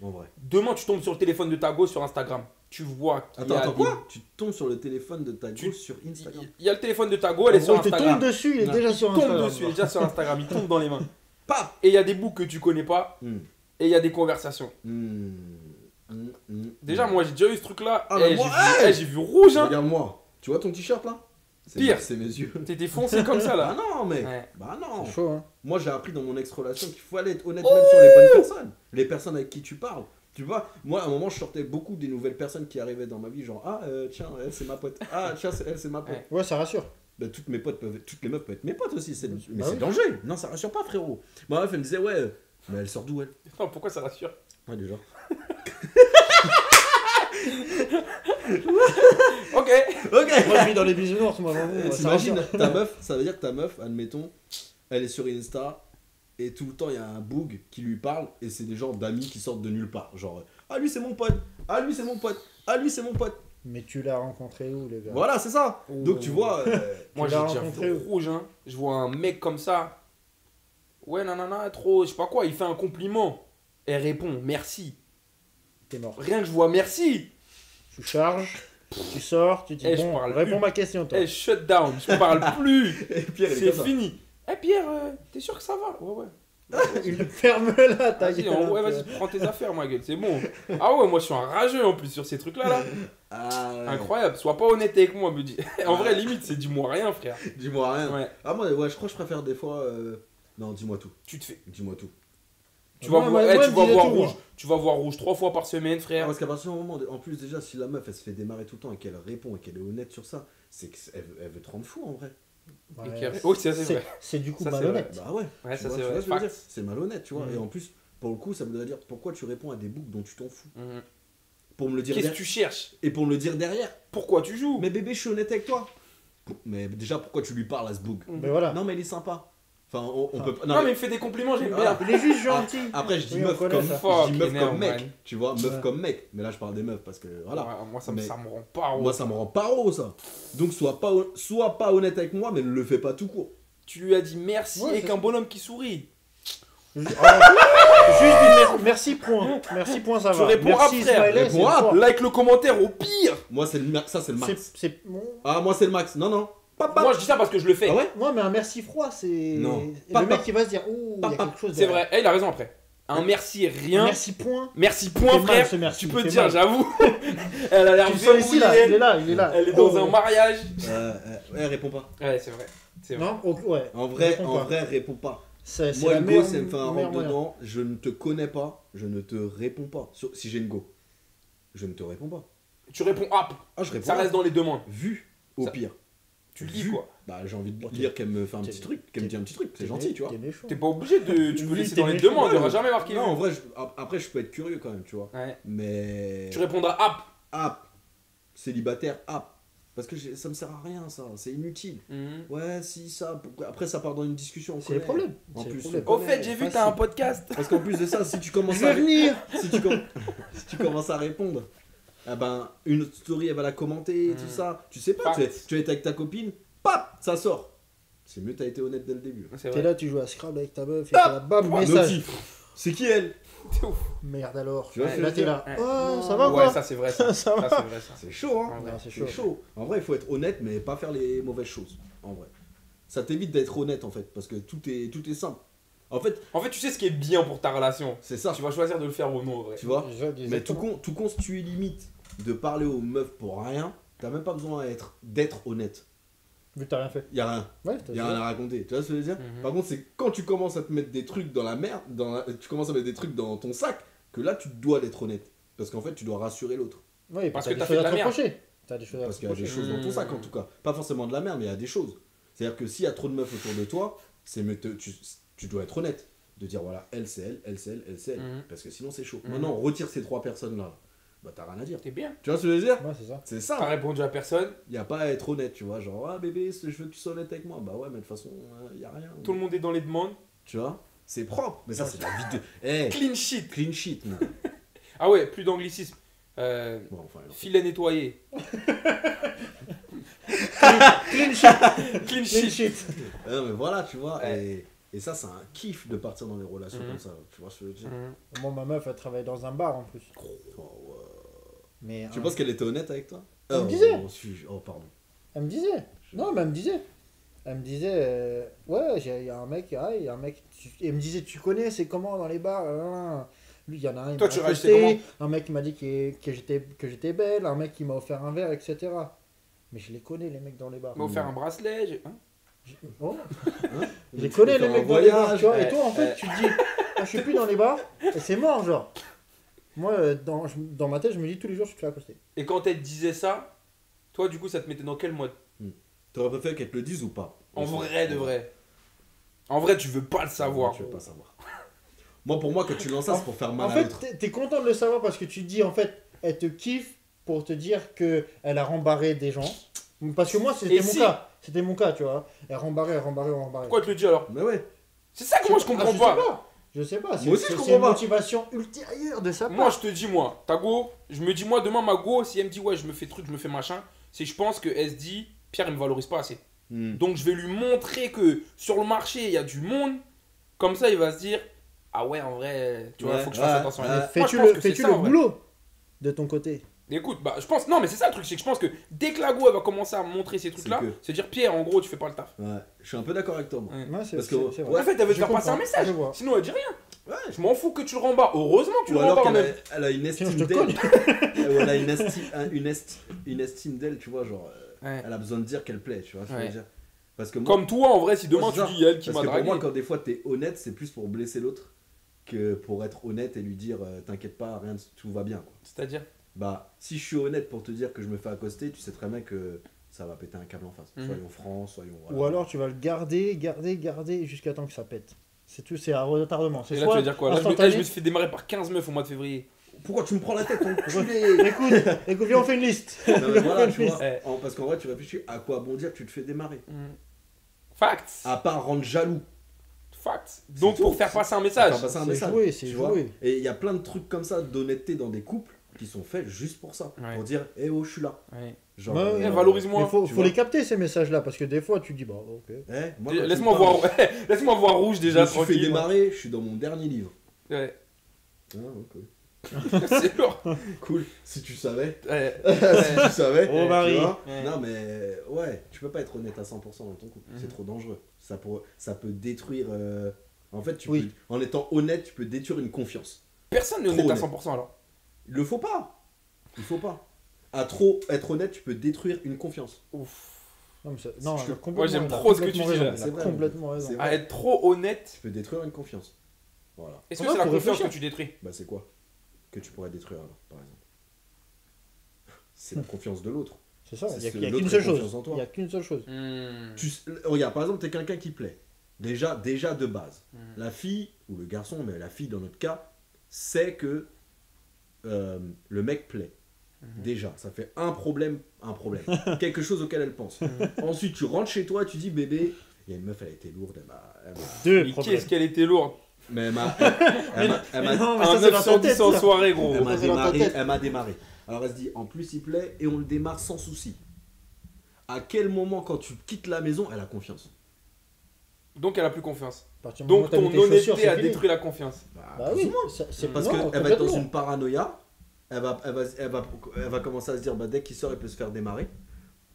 Speaker 3: En vrai.
Speaker 1: Demain tu tombes sur le téléphone de Tago sur Instagram. Tu vois qu'il y
Speaker 3: Attends,
Speaker 1: a
Speaker 3: attends,
Speaker 1: des-
Speaker 3: quoi Tu tombes sur le téléphone de ta
Speaker 1: Tu-
Speaker 3: gauche sur Instagram.
Speaker 1: Il y a le téléphone de Tago, elle est sur
Speaker 2: il te
Speaker 1: Instagram.
Speaker 2: tombe Oh, dessus, il est
Speaker 3: Non.
Speaker 2: déjà sur
Speaker 1: Il tombe
Speaker 2: Instagram. bah.
Speaker 1: dessus, il est déjà sur Instagram, il tombe dans les mains.
Speaker 3: Paf
Speaker 1: Et il y a des bouts que tu connais pas
Speaker 3: Mm.
Speaker 1: et il y a des conversations.
Speaker 3: Mm. Mm. Mm.
Speaker 1: Déjà
Speaker 3: Mm.
Speaker 1: moi j'ai déjà eu ce truc là.
Speaker 3: Ah, mais
Speaker 1: j'ai vu,
Speaker 3: moi,
Speaker 1: eh, j'ai vu rouge hein.
Speaker 3: Regarde-moi. Tu vois ton t-shirt là C'est-
Speaker 1: Pire.
Speaker 3: C'est mes yeux.
Speaker 1: T'étais foncé comme ça là.
Speaker 3: Bah non, mais.
Speaker 1: Ouais.
Speaker 3: Bah non.
Speaker 2: C'est chaud, hein.
Speaker 3: Moi, j'ai appris dans mon ex-relation qu'il faut aller être honnête même sur les bonnes
Speaker 2: Oh
Speaker 3: personnes. Les personnes avec qui tu parles. Tu vois, moi à un moment je sortais beaucoup des nouvelles personnes qui arrivaient dans ma vie, genre ah euh, tiens elle c'est ma pote, ah tiens c'est- elle c'est ma pote.
Speaker 1: Ouais.
Speaker 2: Ouais, ça rassure.
Speaker 3: Bah, toutes mes potes peuvent, toutes les meufs peuvent être mes potes aussi, c'est-
Speaker 2: Bah
Speaker 3: mais
Speaker 2: oui.
Speaker 3: c'est dangereux. Non ça rassure pas frérot. Ma meuf elle me disait ouais, euh, mais elle sort d'où elle
Speaker 1: Putain, Oh, pourquoi ça rassure
Speaker 3: Ouais déjà.
Speaker 1: Ok.
Speaker 3: Ok.
Speaker 2: Moi, je vis dans les bisounours, moi, vraiment. moi, ça
Speaker 3: Euh, T'imagines
Speaker 2: rassure.
Speaker 3: ta meuf, ça veut dire que ta meuf, admettons, elle est sur Insta et tout le temps il y a un boug qui lui parle et c'est des genres d'amis qui sortent de nulle part. Genre, ah lui c'est mon pote, ah lui c'est mon pote, ah lui c'est mon pote.
Speaker 2: Mais tu l'as rencontré où, les gars
Speaker 3: Voilà, c'est ça. Donc tu vois, euh,
Speaker 1: Moi j'ai
Speaker 2: l'as
Speaker 1: déjà
Speaker 2: rencontré
Speaker 1: vu rouge, hein. Je vois un mec comme ça. Ouais, nanana, trop, je sais pas quoi, il fait un compliment. Elle répond merci.
Speaker 2: T'es mort.
Speaker 1: Rien que je vois merci.
Speaker 2: Tu charges, tu sors, tu dis
Speaker 1: Eh, je
Speaker 2: bon,
Speaker 1: parle
Speaker 2: réponds
Speaker 1: plus.
Speaker 2: ma question, toi.
Speaker 1: Eh, shut down, je parle plus.
Speaker 3: et Pierre il est
Speaker 1: C'est
Speaker 3: comme ça.
Speaker 1: fini. Eh Pierre, euh, t'es sûr que ça va Ouais, ouais.
Speaker 2: Une ferme-la, ta
Speaker 1: Vas-y,
Speaker 2: gueule.
Speaker 1: en- Ah, ouais,
Speaker 2: un peu.
Speaker 1: vas-y, prends tes affaires, ma gueule, c'est bon. Ah ouais, moi je suis un rageux en plus sur ces trucs-là. Là.
Speaker 3: Ah, ouais.
Speaker 1: Incroyable, sois pas honnête avec moi, me dis. en vrai, limite, c'est dis-moi rien, frère.
Speaker 3: Dis-moi rien.
Speaker 1: Ouais,
Speaker 3: Ah moi, ouais, je crois que je préfère des fois. euh, Non, dis-moi tout,
Speaker 1: tu te fais.
Speaker 3: dis-moi tout.
Speaker 1: Tu
Speaker 2: Moi,
Speaker 1: vas,
Speaker 2: moi,
Speaker 1: voir, eh,
Speaker 2: moi,
Speaker 1: tu
Speaker 2: je
Speaker 1: vas
Speaker 2: disais
Speaker 1: voir
Speaker 2: tout,
Speaker 1: rouge.
Speaker 2: moi.
Speaker 1: Tu vas voir rouge trois fois par semaine, frère.
Speaker 3: parce qu'à partir du moment, de- en plus déjà, si la meuf elle se fait démarrer tout le temps et qu'elle répond et qu'elle est honnête sur ça, c'est qu'elle elle veut te rendre fou en vrai.
Speaker 2: Ouais,
Speaker 1: Et Pierre- Oh, ça, c'est
Speaker 2: c'est-
Speaker 1: vrai.
Speaker 2: C'est du coup
Speaker 1: Ça, c'est
Speaker 2: malhonnête.
Speaker 3: Bah ouais.
Speaker 1: Ouais,
Speaker 3: Tu
Speaker 1: ça c'est
Speaker 3: vois- tu vois
Speaker 1: vrai.
Speaker 3: ce que je veux dire
Speaker 1: Fact.
Speaker 3: C'est malhonnête, tu vois.
Speaker 1: Mhm.
Speaker 3: Et en plus, pour le coup, ça me doit dire pourquoi tu réponds à des boucles dont tu t'en fous.
Speaker 1: Mhm.
Speaker 3: Pour me le dire
Speaker 1: Qu'est-ce que
Speaker 3: derrière.
Speaker 1: tu cherches
Speaker 3: Et pour me le dire derrière.
Speaker 1: Pourquoi tu joues
Speaker 3: Mais bébé, je suis honnête avec toi. Mais déjà, pourquoi tu lui parles à ce bouc
Speaker 1: Mhm.
Speaker 2: Mais voilà.
Speaker 3: Non, mais il est sympa. Enfin, on, on
Speaker 2: Ah.
Speaker 3: peut pas.
Speaker 1: Non,
Speaker 3: non,
Speaker 1: mais il me fait des compliments, j'aime
Speaker 3: Ah,
Speaker 1: bien.
Speaker 2: Il est juste gentil.
Speaker 1: Ah,
Speaker 3: Après, je dis
Speaker 2: Oui, on
Speaker 3: meuf
Speaker 2: connaît
Speaker 3: comme,
Speaker 2: ça.
Speaker 3: je dis
Speaker 1: Fuck,
Speaker 3: meuf comme
Speaker 1: énorme,
Speaker 3: mec.
Speaker 1: man.
Speaker 3: Tu vois, meuf
Speaker 2: Ouais.
Speaker 3: comme mec. Mais là, je parle des meufs parce que voilà.
Speaker 1: Ouais, moi, ça, me-
Speaker 3: Mais-
Speaker 1: ça me rend pas heureux.
Speaker 3: Moi, ça me rend pas haut, ça. Donc, sois pas, hon- sois pas honnête avec moi, mais ne le fais pas tout court.
Speaker 1: Tu lui as dit merci
Speaker 2: Ouais,
Speaker 1: avec
Speaker 2: c'est
Speaker 1: un bonhomme qui sourit.
Speaker 2: Ju- ah, Juste du mer- merci point. Merci point ça
Speaker 1: Tu
Speaker 2: va.
Speaker 1: réponds après.
Speaker 2: merci smiley,
Speaker 3: Réponds
Speaker 2: c'est
Speaker 3: après.
Speaker 2: fort.
Speaker 1: Like le commentaire au pire.
Speaker 3: Moi, c'est le ma- ça, c'est le max.
Speaker 2: C'est- c'est- mon-
Speaker 3: Ah, moi, c'est le max. Non, non. Papa.
Speaker 1: Moi, je dis ça parce que je le fais.
Speaker 3: Ah ouais
Speaker 2: Moi mais un merci froid c'est
Speaker 3: Non.
Speaker 2: Et
Speaker 3: Papa.
Speaker 2: le mec qui va se dire ouh il y a quelque chose
Speaker 1: c'est
Speaker 2: derrière.
Speaker 1: vrai. Eh, il a raison après. Un merci rien. Merci,
Speaker 2: Merci point.
Speaker 1: point,
Speaker 2: Il fait mal,
Speaker 1: frère.
Speaker 2: ce merci,
Speaker 1: tu
Speaker 2: il
Speaker 1: peux
Speaker 2: fait
Speaker 1: dire,
Speaker 2: mal.
Speaker 1: j'avoue. Elle a l'air
Speaker 2: Tu le sens ici là, il
Speaker 1: verrouillée.
Speaker 2: est là, il est là.
Speaker 1: Elle est dans
Speaker 2: Oh.
Speaker 1: un mariage.
Speaker 3: Euh, euh, ouais, réponds pas.
Speaker 1: Ouais, c'est vrai. C'est vrai.
Speaker 2: Non, oh, ouais.
Speaker 3: En vrai,
Speaker 2: Réponds
Speaker 3: en
Speaker 2: pas.
Speaker 3: vrai, réponds pas.
Speaker 2: C'est c'est
Speaker 3: Moi,
Speaker 2: la
Speaker 3: une go,
Speaker 2: meilleure-
Speaker 3: ça me fait un
Speaker 2: meilleure
Speaker 3: rentre
Speaker 2: moyen.
Speaker 3: dedans. Je ne te connais pas. Je ne te réponds pas. Sauf Si j'ai une go, je ne te réponds pas.
Speaker 1: Tu réponds hop.
Speaker 3: Ah, je réponds.
Speaker 1: Ça
Speaker 3: pas.
Speaker 1: reste dans les demandes.
Speaker 3: Vu, au
Speaker 1: Ça-
Speaker 3: pire.
Speaker 1: Tu le dis
Speaker 3: Vu.
Speaker 1: quoi.
Speaker 3: Bah, j'ai envie de
Speaker 2: Ok.
Speaker 3: dire qu'elle me fait un
Speaker 2: T'es-
Speaker 3: petit truc. Qu'elle me dit un petit truc.
Speaker 2: T'es
Speaker 3: C'est gentil,
Speaker 2: mé-
Speaker 3: tu vois.
Speaker 2: T'es méchant.
Speaker 1: T'es pas obligé de. Tu peux
Speaker 2: Oui,
Speaker 1: laisser
Speaker 2: t'es
Speaker 1: dans les
Speaker 2: méchant.
Speaker 1: demandes. Il y aura
Speaker 3: Ouais.
Speaker 1: jamais marqué.
Speaker 3: Non, en vrai, je- ap- après, je peux être curieux quand même, tu vois.
Speaker 1: Ouais.
Speaker 3: Mais.
Speaker 1: Tu répondras ah. hop.
Speaker 3: App. Célibataire, app. Parce que j'ai- ça me sert à rien, ça. C'est inutile.
Speaker 2: Mm.
Speaker 1: Mhm.
Speaker 3: Ouais, si, ça. pourquoi- Après, ça part dans une discussion. on
Speaker 2: C'est les
Speaker 3: connaît.
Speaker 2: problèmes.
Speaker 3: En
Speaker 2: C'est les
Speaker 3: plus,
Speaker 2: problèmes.
Speaker 1: Au fait, j'ai vu, t'as un podcast.
Speaker 3: Parce qu'en plus de ça, si tu
Speaker 2: Je
Speaker 3: commences à.
Speaker 2: vais venir.
Speaker 3: si, tu comm- si tu commences à répondre, ah ben, une autre story, elle va la commenter et
Speaker 1: Mm.
Speaker 3: tout ça. Tu sais pas, tu,
Speaker 1: Fact.
Speaker 3: tu as été avec ta copine, pap, ça sort. C'est mieux, t'as été honnête dès le début. hein.
Speaker 1: C'est
Speaker 2: T'es
Speaker 1: vrai.
Speaker 2: là, tu joues à Scrabble avec ta meuf et t'as la bam
Speaker 3: Ah,
Speaker 2: message.
Speaker 3: notif. C'est qui elle
Speaker 1: C'est ouf.
Speaker 2: Merde alors.
Speaker 3: Tu vois ce que
Speaker 2: là
Speaker 3: je
Speaker 2: t'es
Speaker 3: veux
Speaker 2: là.
Speaker 1: dire
Speaker 2: Oh,
Speaker 3: Ouais.
Speaker 2: ça va
Speaker 1: Ouais,
Speaker 2: quoi
Speaker 1: ça c'est vrai. Ça, Ça,
Speaker 2: Ça
Speaker 1: c'est vrai. Ça.
Speaker 3: C'est chaud, hein
Speaker 1: En vrai.
Speaker 2: Non,
Speaker 3: C'est
Speaker 2: c'est
Speaker 3: chaud.
Speaker 2: chaud.
Speaker 3: En vrai, il faut être honnête, mais pas faire les mauvaises choses. En vrai. Ça t'évite d'être honnête, en fait, parce que tout est, tout est simple. En fait,
Speaker 1: En fait, tu sais ce qui est bien pour ta relation.
Speaker 3: c'est ça,
Speaker 1: Tu vas choisir de le faire ou non, en vrai.
Speaker 3: tu vois.
Speaker 2: Je disais
Speaker 3: Mais tout
Speaker 2: pas.
Speaker 3: con, tout con, si tu es limite de parler aux meufs pour rien, t'as même pas besoin d'être- d'être honnête.
Speaker 2: Vu que t'as rien fait.
Speaker 3: Y a rien.
Speaker 2: Ouais, t'as
Speaker 3: Il y a rien à raconter, tu vois ce que je veux dire
Speaker 1: Mhm.
Speaker 3: Par contre, c'est quand tu commences à te mettre des trucs dans la merde, dans la- tu commences à mettre des trucs dans ton sac, que là tu dois l'être honnête. Parce qu'en fait, tu dois rassurer l'autre.
Speaker 2: Ouais,
Speaker 1: Parce
Speaker 2: parce
Speaker 1: que
Speaker 2: que
Speaker 1: t'as
Speaker 2: t'as
Speaker 1: fait
Speaker 2: des
Speaker 1: de
Speaker 2: choses à
Speaker 1: la
Speaker 2: te
Speaker 1: merde.
Speaker 2: reprocher. T'as des choses à
Speaker 3: Parce
Speaker 2: te
Speaker 3: qu'il y a des
Speaker 2: reprocher.
Speaker 3: choses dans ton
Speaker 1: Mmh.
Speaker 3: sac, en tout cas. Pas forcément de la merde, mais il y a des choses. C'est-à-dire que s'il y a trop de meufs autour de toi, c'est mieux te- tu, tu dois être honnête. De dire, voilà, elle, c'est elle, elle, c'est elle, elle, c'est elle.
Speaker 1: Mhm.
Speaker 3: Parce que sinon, c'est chaud.
Speaker 1: Mhm.
Speaker 3: Maintenant, on retire ces trois personnes-là. Bah, t'as rien à dire.
Speaker 1: T'es bien.
Speaker 3: Tu vois ce que je veux dire
Speaker 2: Ouais, c'est ça.
Speaker 3: C'est
Speaker 1: T'as
Speaker 3: ça.
Speaker 1: répondu à personne.
Speaker 3: Il n'y a pas à être honnête, tu vois. Genre, ah bébé, je veux que tu sois honnête avec moi. Bah ouais, mais de toute façon, il n'y a rien.
Speaker 1: Tout le monde est dans les demandes.
Speaker 3: Tu vois C'est propre. Mais ça, c'est la vie de. Eh,
Speaker 1: Clean shit.
Speaker 3: clean shit, non.
Speaker 1: Ah ouais, plus d'anglicisme. Euh,
Speaker 3: Bon, enfin, alors.
Speaker 1: filet nettoyé.
Speaker 2: Clean sheet,
Speaker 1: Clean
Speaker 2: clean
Speaker 1: shit.
Speaker 2: sheet.
Speaker 3: Ah non, mais voilà, tu vois.
Speaker 1: Ouais.
Speaker 3: Et, et ça, c'est un kiff de partir dans des relations
Speaker 1: Mhm.
Speaker 3: comme ça. Tu vois ce que je veux dire
Speaker 1: Mhm.
Speaker 2: Moi, ma meuf, elle travaille dans un bar en plus.
Speaker 3: Oh, ouais.
Speaker 2: Mais
Speaker 3: Tu
Speaker 2: euh,
Speaker 3: penses qu'elle était honnête avec toi
Speaker 2: Elle me
Speaker 3: oh,
Speaker 2: disait.
Speaker 3: mon sujet. Oh, pardon.
Speaker 2: Elle me disait. Non, mais elle me disait. Elle me disait, euh, ouais, j'ai- il y a un mec, ah, il y a un mec. tu- elle me disait, tu connais, c'est comment dans les bars là, là, là. Lui, il y en a un, il
Speaker 1: Toi,
Speaker 2: m'a
Speaker 1: tu
Speaker 2: accosté,
Speaker 1: réagissais
Speaker 2: Un mec qui m'a dit que, que j'étais que j'étais belle, un mec qui m'a offert un verre, etc. Mais je les connais, les mecs dans les bars.
Speaker 1: M'a offert un bracelet. j'ai- hein
Speaker 2: Oh.
Speaker 3: Mais
Speaker 2: Je les
Speaker 3: tu
Speaker 2: connais,
Speaker 3: peux
Speaker 2: les
Speaker 3: faire un
Speaker 2: mecs dans les bars,
Speaker 3: voyage.
Speaker 2: tu vois.
Speaker 1: ouais,
Speaker 2: et toi, en fait,
Speaker 1: ouais.
Speaker 2: tu te dis, Ah, je suis plus dans les bars, et c'est mort, genre. Moi, euh, dans, je- dans ma tête, je me dis tous les jours, je te fais accoster.
Speaker 1: Et quand elle te disait ça, toi, du coup, ça te mettait dans quel mode
Speaker 3: T'aurais préféré qu'elle te le dise ou pas
Speaker 1: En
Speaker 3: Enfin,
Speaker 1: vrai, de
Speaker 3: ouais.
Speaker 1: vrai. En vrai, tu veux pas le savoir.
Speaker 3: Tu veux pas savoir. Moi, pour moi, que tu lances ça, c'est pour faire mal
Speaker 2: en
Speaker 3: à
Speaker 2: fait,
Speaker 3: l'autre.
Speaker 2: t'es- t'es content de le savoir parce que tu te dis, en fait, elle te kiffe pour te dire que elle a rembarré des gens. Parce que moi,
Speaker 1: Et
Speaker 2: c'était mon
Speaker 1: si-
Speaker 2: cas. C'était mon cas, tu vois. Elle rembarrait, elle rembarrait, elle rembarrait.
Speaker 1: Pourquoi elle te le dit alors
Speaker 3: Mais ouais.
Speaker 1: C'est ça que moi, je comprends
Speaker 2: Ah,
Speaker 1: pas.
Speaker 2: Sais pas. Je sais pas. C'est-
Speaker 3: Moi aussi,
Speaker 2: c'est-
Speaker 3: je
Speaker 2: c'est
Speaker 3: comprends
Speaker 2: une
Speaker 3: pas.
Speaker 2: motivation ultérieure de sa part.
Speaker 1: Moi, je te dis, moi, ta go, je me dis, moi, demain, ma go, si elle me dit, ouais, je me fais truc, je me fais machin, c'est je pense que elle se dit, Pierre, il me valorise pas assez.
Speaker 3: Hmm.
Speaker 1: Donc, je vais lui montrer que sur le marché, il y a du monde. Comme ça, il va se dire, ah ouais, en vrai, tu vois,
Speaker 3: Ouais,
Speaker 1: faut que je fasse
Speaker 3: ouais,
Speaker 1: attention
Speaker 3: ouais.
Speaker 1: à elle. Moi, je
Speaker 2: Euh, Fais-tu
Speaker 1: pense
Speaker 2: le,
Speaker 1: que
Speaker 2: fais-tu
Speaker 1: c'est ça,
Speaker 2: le
Speaker 1: en vrai.
Speaker 2: boulot de ton côté
Speaker 1: Écoute, bah, je pense, non, mais c'est ça le truc, c'est que je pense que dès que la go, elle va commencer à montrer ces trucs-là,
Speaker 3: que-
Speaker 1: se dire, Pierre, en gros, tu fais pas le taf.
Speaker 3: Ouais. Je suis un peu d'accord avec toi, moi.
Speaker 1: Ouais.
Speaker 2: Ouais, c'est-
Speaker 3: Parce
Speaker 2: c'est-
Speaker 3: que-
Speaker 2: c'est
Speaker 1: En
Speaker 2: vrai.
Speaker 1: fait, elle veut te
Speaker 2: Je
Speaker 1: faire passer un
Speaker 2: comprends,
Speaker 1: message.
Speaker 2: je vois.
Speaker 1: Sinon, elle dit rien.
Speaker 3: Ouais.
Speaker 1: Je m'en fous que tu le rembats. Heureusement, que tu
Speaker 3: Ou
Speaker 1: le
Speaker 3: alors
Speaker 1: rembats
Speaker 3: qu'elle
Speaker 1: même.
Speaker 3: a, elle a une
Speaker 2: Tiens,
Speaker 3: estime
Speaker 2: je te
Speaker 3: d'elle.
Speaker 2: cogne.
Speaker 3: Ou elle a une estime, un- une esti- une estime d'elle, tu vois. Genre, euh,
Speaker 1: Ouais.
Speaker 3: elle a besoin de dire qu'elle plaît, tu vois. ce que je veux
Speaker 1: Ouais.
Speaker 3: dire. Parce que moi,
Speaker 1: Comme toi, en vrai, si demain,
Speaker 3: Ouais, c'est
Speaker 1: tu
Speaker 3: ça.
Speaker 1: dis, elle qui
Speaker 3: Parce
Speaker 1: m'a
Speaker 3: que pour
Speaker 1: dragué.
Speaker 3: moi, quand des fois t'es honnête, c'est plus pour blesser l'autre que pour être honnête et lui dire euh, t'inquiète pas, rien, de- tout va bien. Quoi.
Speaker 1: C'est-à-dire
Speaker 3: Bah, si je suis honnête pour te dire que je me fais accoster, tu sais très bien que ça va péter un câble en face.
Speaker 1: Mhm.
Speaker 3: Soyons francs, soyons.
Speaker 2: Ou alors tu vas le garder, garder, garder jusqu'à temps que ça pète. C'est tout, c'est un retardement.
Speaker 1: Et
Speaker 2: C'est
Speaker 1: là, tu
Speaker 2: soit
Speaker 1: veux dire quoi Là, je, me,
Speaker 2: instantané.
Speaker 1: eh, je me suis fait démarrer par 15 meufs au mois de février.
Speaker 3: Pourquoi tu me prends la tête
Speaker 1: eh,
Speaker 3: ton
Speaker 2: Ouais. Écoute, écoute, viens, on fait une liste.
Speaker 3: Non, mais voilà, tu vois,
Speaker 1: Ouais.
Speaker 3: en- Parce qu'en vrai, tu réfléchis à quoi bon dire, tu te fais démarrer.
Speaker 1: Facts.
Speaker 3: À part rendre jaloux.
Speaker 1: Facts. Donc,
Speaker 3: Ah. tout.
Speaker 1: pour faire passer un
Speaker 3: Faire
Speaker 1: message.
Speaker 3: passer un
Speaker 2: C'est
Speaker 3: message,
Speaker 2: joué, c'est
Speaker 3: tu vois.
Speaker 2: joué.
Speaker 3: Et il y a plein de trucs comme ça d'honnêteté dans des couples qui sont faits juste pour ça.
Speaker 1: Ouais.
Speaker 3: Pour dire, eh oh, je suis là.
Speaker 1: Ouais.
Speaker 3: Genre, euh,
Speaker 2: Ouais,
Speaker 1: Eh,
Speaker 2: ouais. Il
Speaker 1: Valorise-moi.
Speaker 2: faut,
Speaker 3: tu
Speaker 2: faut
Speaker 3: vois.
Speaker 2: les capter ces messages-là parce que des fois tu dis bah ok.
Speaker 3: eh, moi, quand tu me
Speaker 1: Laisse-moi
Speaker 3: parles-
Speaker 1: voir... Laisse-moi voir rouge déjà,
Speaker 3: je me suis fait
Speaker 1: tranquille.
Speaker 3: démarrer, je suis dans mon dernier livre.
Speaker 1: Ouais.
Speaker 3: Ah, ok.
Speaker 1: C'est lourd.
Speaker 3: Cool, si tu savais.
Speaker 1: Ouais.
Speaker 3: si tu savais.
Speaker 2: Oh,
Speaker 3: tu
Speaker 2: Marie.
Speaker 3: vois.
Speaker 1: Ouais.
Speaker 3: Non, mais ouais, tu peux pas être honnête à 100% dans ton couple. C'est
Speaker 1: Mhm.
Speaker 3: trop dangereux. Ça, pour- ça peut détruire. euh, En fait, tu
Speaker 2: Oui.
Speaker 3: peux- en étant honnête, tu peux détruire une confiance.
Speaker 1: Personne n'est
Speaker 3: Trop
Speaker 1: honnête à
Speaker 3: honnête.
Speaker 1: 100% alors.
Speaker 3: Il le faut pas. Il faut pas. À trop être honnête, tu peux détruire une confiance.
Speaker 1: Ouf.
Speaker 2: Non, mais c'est- non,
Speaker 3: Je-
Speaker 2: elle a
Speaker 3: moi,
Speaker 2: complètement-
Speaker 1: j'aime
Speaker 2: elle a
Speaker 1: trop ce que tu
Speaker 2: complètement
Speaker 1: dis,
Speaker 2: raison,
Speaker 1: là.
Speaker 2: elle a
Speaker 3: C'est vrai,
Speaker 2: complètement
Speaker 3: mais-
Speaker 2: raison.
Speaker 3: c'est-
Speaker 1: À être trop honnête.
Speaker 3: Tu peux détruire une confiance. Voilà.
Speaker 1: Est-ce que
Speaker 2: Ouais,
Speaker 1: c'est la
Speaker 2: faut
Speaker 1: confiance
Speaker 2: réfléchir.
Speaker 1: que tu détruis
Speaker 3: Bah, c'est quoi que tu pourrais détruire alors, par exemple C'est
Speaker 2: Hmm.
Speaker 3: la confiance de l'autre.
Speaker 2: C'est ça.
Speaker 3: C'est
Speaker 2: Il y a-
Speaker 3: ce-
Speaker 2: il y a
Speaker 3: l'autre
Speaker 2: qu'une seule
Speaker 3: confiance
Speaker 2: chose.
Speaker 3: en toi.
Speaker 2: Il y a qu'une seule chose.
Speaker 1: Tu-
Speaker 3: Tu, s- regarde, par exemple, t'es quelqu'un qui plaît. Déjà, déjà de base.
Speaker 2: Hmm.
Speaker 3: La fille, ou le garçon, mais la fille dans notre cas, sait que euh, le mec plaît.
Speaker 2: Hmm.
Speaker 1: Mhm.
Speaker 3: Déjà, ça fait un problème, un problème. Quelque chose auquel elle pense.
Speaker 2: Hmm.
Speaker 3: Ensuite, tu rentres chez toi, tu dis bébé, il y a une meuf, elle a été lourde, elle m'a. elle m'a-
Speaker 2: Deux
Speaker 1: Mais
Speaker 2: problèmes.
Speaker 1: qu'est-ce qu'elle était lourde
Speaker 3: Mais elle m'a. elle- elle m'a- elle
Speaker 2: Mais
Speaker 3: m'a-
Speaker 2: non, mais
Speaker 1: Un
Speaker 2: ça, c'est dans ta
Speaker 1: 910
Speaker 2: tête,
Speaker 1: en
Speaker 2: ça.
Speaker 1: soirée, gros.
Speaker 3: elle m'a
Speaker 2: ça, c'est dans ta
Speaker 3: démarré,
Speaker 2: tête.
Speaker 3: elle m'a démarré. Alors elle se dit, en plus il plaît et on le démarre sans souci. À quel moment, quand tu quittes la maison, elle a confiance
Speaker 1: Donc, elle a plus confiance.
Speaker 2: À partir du moment
Speaker 1: Donc,
Speaker 2: où t'as mis
Speaker 1: ton
Speaker 2: tes chaussures,
Speaker 1: honnêteté
Speaker 2: c'est
Speaker 1: a
Speaker 2: fini.
Speaker 1: détruit la confiance.
Speaker 3: Bah,
Speaker 2: Bah
Speaker 3: plus ou
Speaker 2: oui.
Speaker 3: moins.
Speaker 2: ça- c'est-
Speaker 3: Parce
Speaker 2: non,
Speaker 3: qu'elle va être dans
Speaker 2: complètement.
Speaker 3: une paranoïa, elle va, elle, va, elle, va, elle va commencer à se dire bah, dès qu'il sort, elle peut se faire démarrer.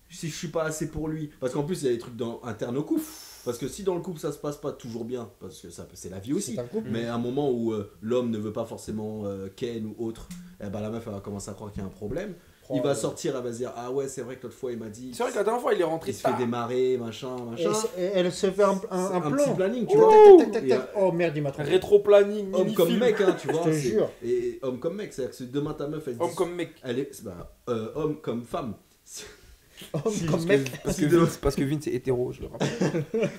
Speaker 3: Si je suis pas assez pour lui, parce qu'en plus il y a des trucs dans, internes au couple. Parce que si dans le couple ça se passe pas toujours bien, parce que ça peut- c'est la vie aussi.
Speaker 2: C'est un couple.
Speaker 3: Mais à un moment où euh, l'homme ne veut pas forcément euh, Ken ou autre, eh ben, la meuf elle va commencer à croire qu'il y a un problème. il va sortir, elle va se dire Ah ouais, c'est vrai que l'autre fois, il m'a dit.
Speaker 1: Oh C'est vrai que la dernière fois, il est rentré
Speaker 3: Il se fait
Speaker 1: tard.
Speaker 3: démarrer, machin,
Speaker 2: Et,
Speaker 3: machin.
Speaker 2: et elle se fait un, un,
Speaker 3: C'est
Speaker 2: un
Speaker 3: petit
Speaker 2: plan.
Speaker 3: planning, tu
Speaker 2: Oh,
Speaker 3: vois.
Speaker 2: tac, tac, tac, tac, tac. Oh merde, il m'a trompé.
Speaker 1: Rétro-planning,
Speaker 3: Homme comme
Speaker 1: mini-film.
Speaker 3: mec, hein, tu vois.
Speaker 2: te
Speaker 3: c'est-
Speaker 2: jure.
Speaker 3: Et homme comme mec, c'est-à-dire que si demain ta meuf, elle se
Speaker 1: Homme
Speaker 3: dit-
Speaker 1: comme mec.
Speaker 3: Elle est. bah, euh, homme comme femme. Si,
Speaker 2: Homme
Speaker 3: Si,
Speaker 2: Oh, comme
Speaker 3: parce
Speaker 2: mec.
Speaker 1: Parce
Speaker 3: si
Speaker 1: que
Speaker 3: demain,
Speaker 1: Vince, parce que Vince est hétéro, je le rappelle.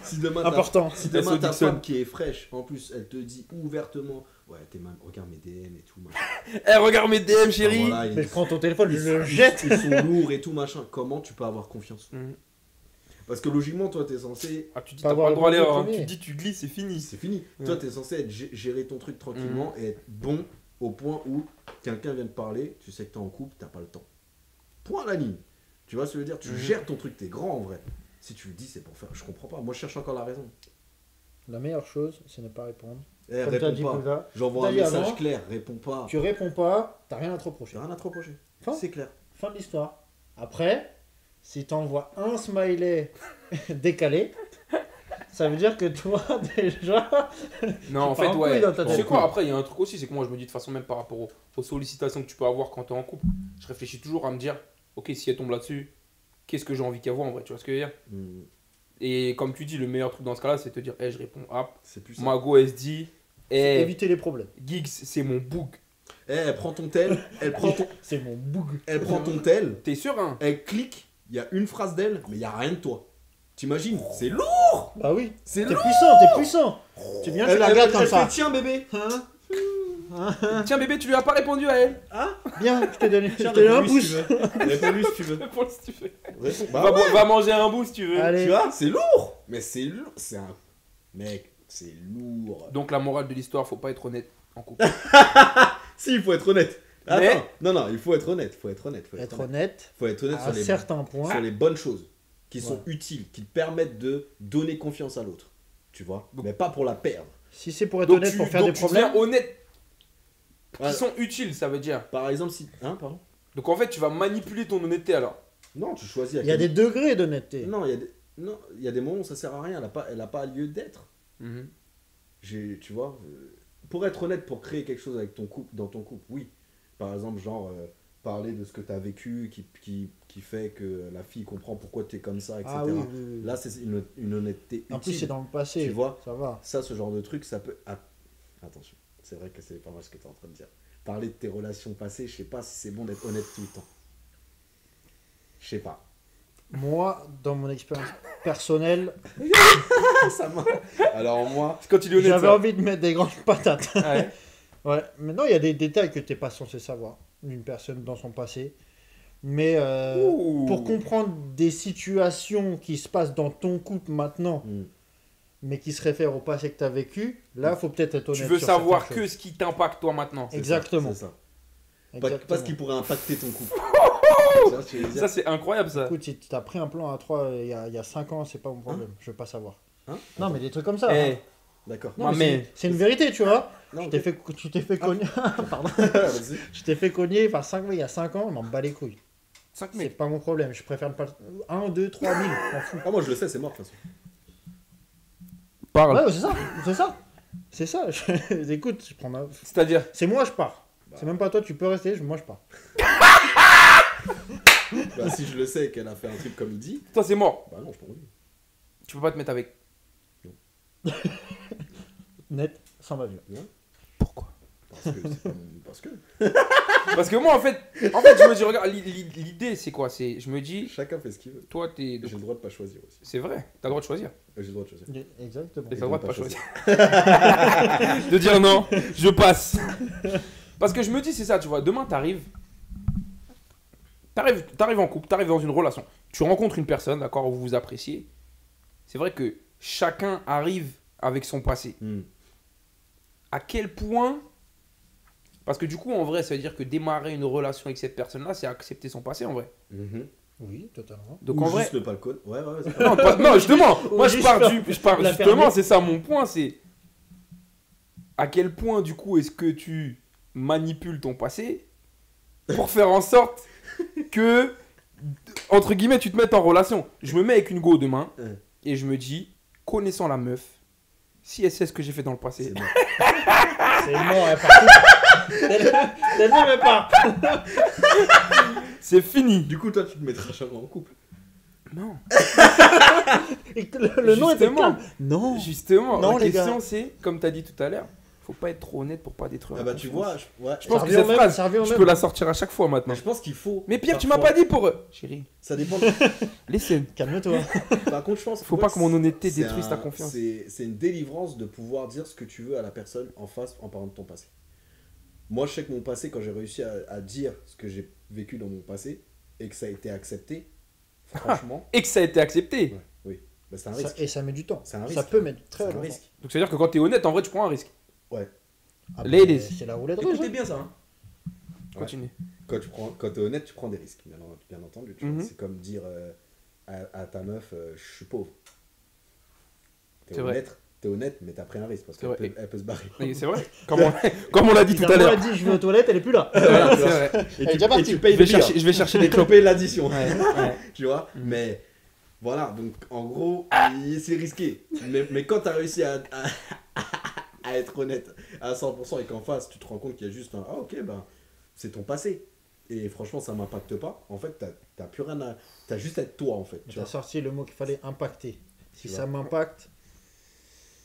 Speaker 3: si demain ta-
Speaker 2: Important.
Speaker 3: Si demain
Speaker 1: S.O.
Speaker 3: ta
Speaker 1: Dixon.
Speaker 3: femme qui est fraîche, en plus elle te dit ouvertement Ouais, t'es mal, regarde mes DM et tout, machin.
Speaker 1: Eh, regarde mes DM, chérie
Speaker 3: Enfin, voilà, ils-
Speaker 2: Mais je prends ton téléphone,
Speaker 3: ils
Speaker 2: je le
Speaker 3: sont-
Speaker 2: jette.
Speaker 3: Ils sont lourds et tout, machin. Comment tu peux avoir confiance
Speaker 1: Mhm.
Speaker 3: Parce que logiquement, toi, t'es censé.
Speaker 1: Ah, tu dis, t'as
Speaker 2: Pas
Speaker 1: pas
Speaker 2: avoir
Speaker 1: le droit à
Speaker 2: le bon
Speaker 1: l'erreur. hein.
Speaker 2: premier.
Speaker 1: Tu dis, tu glisses, c'est fini.
Speaker 3: C'est fini.
Speaker 1: Ouais.
Speaker 3: Toi, t'es censé être- gé- gérer ton truc tranquillement
Speaker 2: Mm.
Speaker 3: et être bon au point où quelqu'un vient te parler, tu sais que t'es en couple, t'as pas le temps. Point à la ligne. Tu vois ce que je veux dire Tu
Speaker 1: Mhm.
Speaker 2: Mm.
Speaker 3: gères ton truc, t'es grand en vrai. Si tu le dis, c'est pour faire. Je comprends pas. Moi, je cherche encore la raison.
Speaker 2: La meilleure chose, c'est ne pas répondre.
Speaker 3: Eh,
Speaker 2: Comme t'as dit,
Speaker 3: réponds pas.
Speaker 2: Pouza,
Speaker 3: J'envoie un
Speaker 2: T'as dit
Speaker 3: message
Speaker 2: avant.
Speaker 3: clair, réponds pas.
Speaker 2: tu réponds pas, t'as rien à te reprocher.
Speaker 3: J'ai rien à te reprocher.
Speaker 2: Fin.
Speaker 3: C'est clair.
Speaker 2: Fin de l'histoire. Après, si t'envoies un smiley décalé, ça veut dire que toi, déjà,
Speaker 1: Non, en
Speaker 2: pars
Speaker 1: fait,
Speaker 2: en
Speaker 1: ouais.
Speaker 2: couille dans ta
Speaker 1: Tu sais
Speaker 2: tête.
Speaker 1: quoi, après, il y a un truc aussi, c'est que moi, je me dis de toute façon, même par rapport aux, aux sollicitations que tu peux avoir quand t'es en couple, je réfléchis toujours à me dire, ok, si elle tombe là-dessus, qu'est-ce que j'ai envie qu'elle voit en vrai, tu vois ce que je veux dire
Speaker 3: Hmm,
Speaker 1: Et comme tu dis, le meilleur truc dans ce cas-là, c'est de te dire, eh, je réponds, hop.
Speaker 3: C'est plus ça.
Speaker 1: Mago, elle se dit, eh,
Speaker 2: éviter les problèmes.
Speaker 1: Giggs, c'est mon bouc.
Speaker 3: Eh, elle prend ton tel, elle prend ton,
Speaker 2: C'est mon bug.
Speaker 3: elle prend ton tel,
Speaker 1: T'es sûr, hein
Speaker 3: elle clique, il y a une phrase d'elle, mais il y a rien de toi. T'imagines C'est lourd
Speaker 2: Bah oui.
Speaker 3: C'est
Speaker 2: T'es
Speaker 3: lourd
Speaker 2: puissant, t'es puissant. Tu viens, tu
Speaker 3: Elle-
Speaker 2: la
Speaker 3: elle-
Speaker 2: regardes
Speaker 3: elle
Speaker 2: comme
Speaker 3: fait,
Speaker 2: ça.
Speaker 3: Tiens bébé
Speaker 2: Hein
Speaker 1: Tiens, bébé, tu lui as pas répondu à elle
Speaker 2: Viens, je te donne, je te
Speaker 3: Tiens,
Speaker 2: donne un
Speaker 3: réponds-lui si tu
Speaker 2: pouce.
Speaker 3: veux. Réponds-lui si tu veux.
Speaker 1: Réponds si tu veux.
Speaker 3: Réponds-
Speaker 1: va,
Speaker 3: Bah,
Speaker 1: bo- va manger un bout si tu veux.
Speaker 3: tu
Speaker 2: Allez,
Speaker 3: vois, c'est lourd Mais c'est lourd C'est un. Mec, c'est lourd
Speaker 1: Donc, la morale de l'histoire, faut pas être honnête en couple.
Speaker 3: Si, il faut être honnête Attends,
Speaker 1: Mais-
Speaker 3: non, non, il faut être honnête, faut être honnête, faut être,
Speaker 2: être
Speaker 3: honnête.
Speaker 2: honnête,
Speaker 3: Faut être honnête
Speaker 2: à
Speaker 3: sur les,
Speaker 2: certains points.
Speaker 3: sur les bonnes choses qui sont
Speaker 2: Ouais.
Speaker 3: utiles, qui te permettent de donner confiance à l'autre. Tu vois
Speaker 1: Donc-
Speaker 3: Mais pas pour la perdre.
Speaker 2: Si c'est pour être
Speaker 1: Donc,
Speaker 2: honnête,
Speaker 1: tu,
Speaker 2: pour faire
Speaker 1: donc
Speaker 2: des
Speaker 1: tu
Speaker 2: problèmes,
Speaker 1: deviens honnête.
Speaker 3: Ouais.
Speaker 1: Qui sont utiles, ça veut dire.
Speaker 3: Par exemple, si. Hein, pardon
Speaker 1: Donc, en fait, tu vas manipuler ton honnêteté alors.
Speaker 3: Non, tu choisis à
Speaker 2: il y a
Speaker 3: quel-
Speaker 2: des degrés d'honnêteté. Ah
Speaker 3: Non, il y a des. Non, il y a des moments où ça sert à rien, elle a pas, elle a pas lieu d'être.
Speaker 1: Mhm.
Speaker 3: J'ai, tu vois, euh, pour être honnête, pour créer quelque chose avec ton couple, dans ton couple, oui. Par exemple, genre euh, parler de ce que tu as vécu, qui, qui, qui fait que la fille comprend pourquoi tu es comme ça, etc.
Speaker 2: ah oui, oui, oui.
Speaker 3: Là, c'est une, une honnêteté
Speaker 2: en plus,
Speaker 3: utile.
Speaker 2: c'est dans le passé.
Speaker 3: Tu vois
Speaker 2: Ça va.
Speaker 3: Ça, ce genre de truc, ça peut. ah, Attention, c'est vrai que c'est pas mal ce que tu es en train de dire. Parler de tes relations passées, je sais pas si c'est bon d'être honnête tout le temps. Je sais pas.
Speaker 2: Moi, dans mon expérience personnelle,
Speaker 3: Ça m'a- Alors moi,
Speaker 1: C'est quand il est honnête.
Speaker 2: j'avais
Speaker 1: ça.
Speaker 2: envie de mettre des grandes patates.
Speaker 1: Ouais.
Speaker 2: Ouais, maintenant il y a des détails que t'es pas censé savoir d'une personne dans son passé. Mais euh,
Speaker 1: Ouh.
Speaker 2: pour comprendre des situations qui se passent dans ton couple maintenant,
Speaker 3: hmm,
Speaker 2: mais qui se réfèrent au passé que t'as vécu, là faut peut-être être honnête.
Speaker 1: tu veux
Speaker 2: sur
Speaker 1: savoir
Speaker 2: certaines
Speaker 1: que ce qui t'impacte toi maintenant.
Speaker 3: c'est ça,
Speaker 2: Exactement.
Speaker 3: c'est ça.
Speaker 2: choses.
Speaker 3: Pas, pas
Speaker 2: Exactement.
Speaker 3: ce qui pourrait impacter ton couple. Ça, je veux dire.
Speaker 1: Ça, c'est incroyable ça.
Speaker 2: Écoute, si t'as pris un plan à 3 il y a, il y a 5 ans, c'est pas mon problème, je veux pas savoir.
Speaker 3: Hein
Speaker 2: non, mais des trucs comme ça.
Speaker 1: Eh,
Speaker 2: hein.
Speaker 3: D'accord.
Speaker 2: Non,
Speaker 1: ma
Speaker 2: mais
Speaker 1: mère.
Speaker 2: c'est- c'est une vérité, tu vois.
Speaker 3: Non,
Speaker 2: Je t'ai
Speaker 3: Ah, ok.
Speaker 2: fait, cou- tu t'es fait cogner. Pardon.
Speaker 3: Vas-y.
Speaker 2: Je t'ai fait cogner par 5 il y a 5 ans, on m'en bat les couilles.
Speaker 1: 5
Speaker 2: C'est
Speaker 1: mecs.
Speaker 2: pas mon problème, je préfère ne pas. 1, 2, 3 000, je m'en fous.
Speaker 3: Ah, moi je le sais, c'est mort de toute façon.
Speaker 1: Parle.
Speaker 2: Ouais, ouais, c'est ça, c'est ça. C'est ça. je- Écoute, je prends ma...
Speaker 1: C'est-à-dire.
Speaker 2: C'est moi, je pars. C'est même pas toi, tu peux rester, je- moi, je pars.
Speaker 3: Bah, si je le sais qu'elle a fait un truc comme il dit,
Speaker 1: Toi, c'est mort.
Speaker 3: bah non, je t'en veux.
Speaker 1: Tu peux pas te mettre avec.
Speaker 2: Net, sans bavure.
Speaker 1: Pourquoi
Speaker 3: Parce que c'est pas mon- Parce que
Speaker 1: Parce que moi, en fait, en fait, je me dis, regarde, l'i- l'i- l'idée, c'est quoi C'est, je me dis,
Speaker 3: chacun fait ce qu'il veut.
Speaker 1: toi, t'es,
Speaker 3: J'ai le droit de pas choisir aussi. Euh,
Speaker 1: c'est vrai, t'as le droit de choisir,
Speaker 3: J'ai le droit de choisir.
Speaker 2: Exactement.
Speaker 1: t'as le
Speaker 3: de
Speaker 1: droit de
Speaker 3: pas
Speaker 1: pas choisir, de dire non, je passe. Parce que je me dis, c'est ça, tu vois, demain, t'arrives, t'arrives, t'arrives en couple, t'arrives dans une relation, tu rencontres une personne, d'accord, vous vous appréciez. C'est vrai que chacun arrive avec son passé.
Speaker 3: Hmm.
Speaker 1: à quel point. Parce que du coup, en vrai, ça veut dire que démarrer une relation avec cette personne-là, c'est accepter son passé en vrai.
Speaker 3: Mhm.
Speaker 2: Oui, totalement.
Speaker 1: Donc
Speaker 3: Ou
Speaker 1: en
Speaker 3: juste
Speaker 1: vrai.
Speaker 3: le pas le code. Ouais, ouais, ouais. c'est
Speaker 1: Non, pas- non, justement,
Speaker 2: Ou
Speaker 1: moi je
Speaker 2: juste
Speaker 1: pars,
Speaker 2: la-
Speaker 1: du, je pars
Speaker 2: la
Speaker 1: justement,
Speaker 2: permis.
Speaker 1: c'est ça mon point, c'est. À quel point, du coup, est-ce que tu manipules ton passé pour faire en sorte que, entre guillemets, tu te mettes en relation Je me mets avec une go demain
Speaker 3: Ouais.
Speaker 1: et je me dis, connaissant la meuf, si elle sait ce que j'ai fait dans le passé,
Speaker 3: c'est mort.
Speaker 2: C'est mort, elle part. Elle- Elle ne veut pas.
Speaker 1: C'est fini.
Speaker 3: Du coup, toi, tu te mettras jamais en couple.
Speaker 1: Non.
Speaker 2: Et que le, le nom était
Speaker 1: Justement.
Speaker 2: calme. Non.
Speaker 1: Justement,
Speaker 2: Oh. Non,
Speaker 1: la
Speaker 2: les gars.
Speaker 1: question c'est, comme t'as dit tout à l'heure, faut pas être trop honnête pour pas détruire.
Speaker 3: Ah
Speaker 1: la
Speaker 3: bah, tu
Speaker 1: confiance.
Speaker 3: vois, je, ouais,
Speaker 1: Je pense que
Speaker 2: Ça revient
Speaker 1: cette
Speaker 2: au même,
Speaker 1: phrase,
Speaker 2: ça revient au
Speaker 1: je
Speaker 2: même.
Speaker 1: peux la sortir à chaque fois maintenant.
Speaker 3: mais je pense qu'il faut.
Speaker 1: Mais Pierre, tu m'as
Speaker 3: parfois-
Speaker 1: pas dit pour eux. Chérie,
Speaker 3: Ça dépend.
Speaker 1: laissez.
Speaker 2: Calme-toi.
Speaker 3: Par contre, je pense.
Speaker 1: Faut
Speaker 3: ouais,
Speaker 1: pas que mon honnêteté
Speaker 3: c'est
Speaker 1: détruise
Speaker 3: un-
Speaker 1: ta confiance.
Speaker 3: C'est c'est une délivrance de pouvoir dire ce que tu veux à la personne en face en parlant de ton passé. Moi, je sais que mon passé, quand j'ai réussi à, à dire ce que j'ai vécu dans mon passé et que ça a été accepté, franchement,
Speaker 1: Et que ça a été accepté.
Speaker 3: ouais, oui, Bah, c'est un
Speaker 2: Ça-
Speaker 3: risque.
Speaker 2: et ça met du temps.
Speaker 3: C'est un
Speaker 2: Ça
Speaker 3: risque.
Speaker 2: peut mettre
Speaker 3: C'est
Speaker 2: très
Speaker 3: un
Speaker 2: longtemps.
Speaker 3: risque.
Speaker 1: Donc c'est à dire que quand t'es honnête, en vrai, tu prends un risque.
Speaker 2: Ah, bah,
Speaker 1: Ladies.
Speaker 2: C'est la roulette russe.
Speaker 1: Écoutez bien ça. hein.
Speaker 3: Ouais.
Speaker 1: Continue.
Speaker 3: Quand tu prends, quand t'es honnête, tu prends des risques, bien, bien entendu. tu vois.
Speaker 1: Mhm.
Speaker 3: C'est comme dire euh, à, à ta meuf, euh, je suis pauvre. T'es
Speaker 1: C'est vrai.
Speaker 3: honnête, t'es honnête, mais t'as pris un risque parce
Speaker 1: C'est
Speaker 3: qu'elle
Speaker 1: vrai.
Speaker 3: peut, elle peut se barrer.
Speaker 1: Mais C'est vrai. Comme on, comme on l'a dit tout à
Speaker 2: Finalement,
Speaker 1: l'heure.
Speaker 2: elle dit je vais aux toilettes, elle est plus là.
Speaker 1: Voilà, c'est vrai.
Speaker 3: Et
Speaker 2: est déjà
Speaker 3: et
Speaker 2: partie.
Speaker 3: tu
Speaker 1: Je
Speaker 3: payes
Speaker 1: vais
Speaker 3: le
Speaker 1: chercher, je vais chercher des
Speaker 3: Tu
Speaker 1: clopes.
Speaker 3: payes l'addition.
Speaker 1: Ouais.
Speaker 3: tu vois
Speaker 2: Mm.
Speaker 1: Mhm.
Speaker 3: mais voilà donc en gros il- c'est risqué mais, mais quand t'as réussi à, à, à être honnête à 100% et qu'en face tu te rends compte qu'il y a juste un ah ok ben c'est ton passé et franchement ça m'impacte pas en fait t'as- t'as plus rien à t'as juste à être toi en fait tu
Speaker 2: Tu as
Speaker 3: vois
Speaker 2: sorti le mot qu'il fallait impacter. Si
Speaker 3: Tu
Speaker 2: ça m'impacte,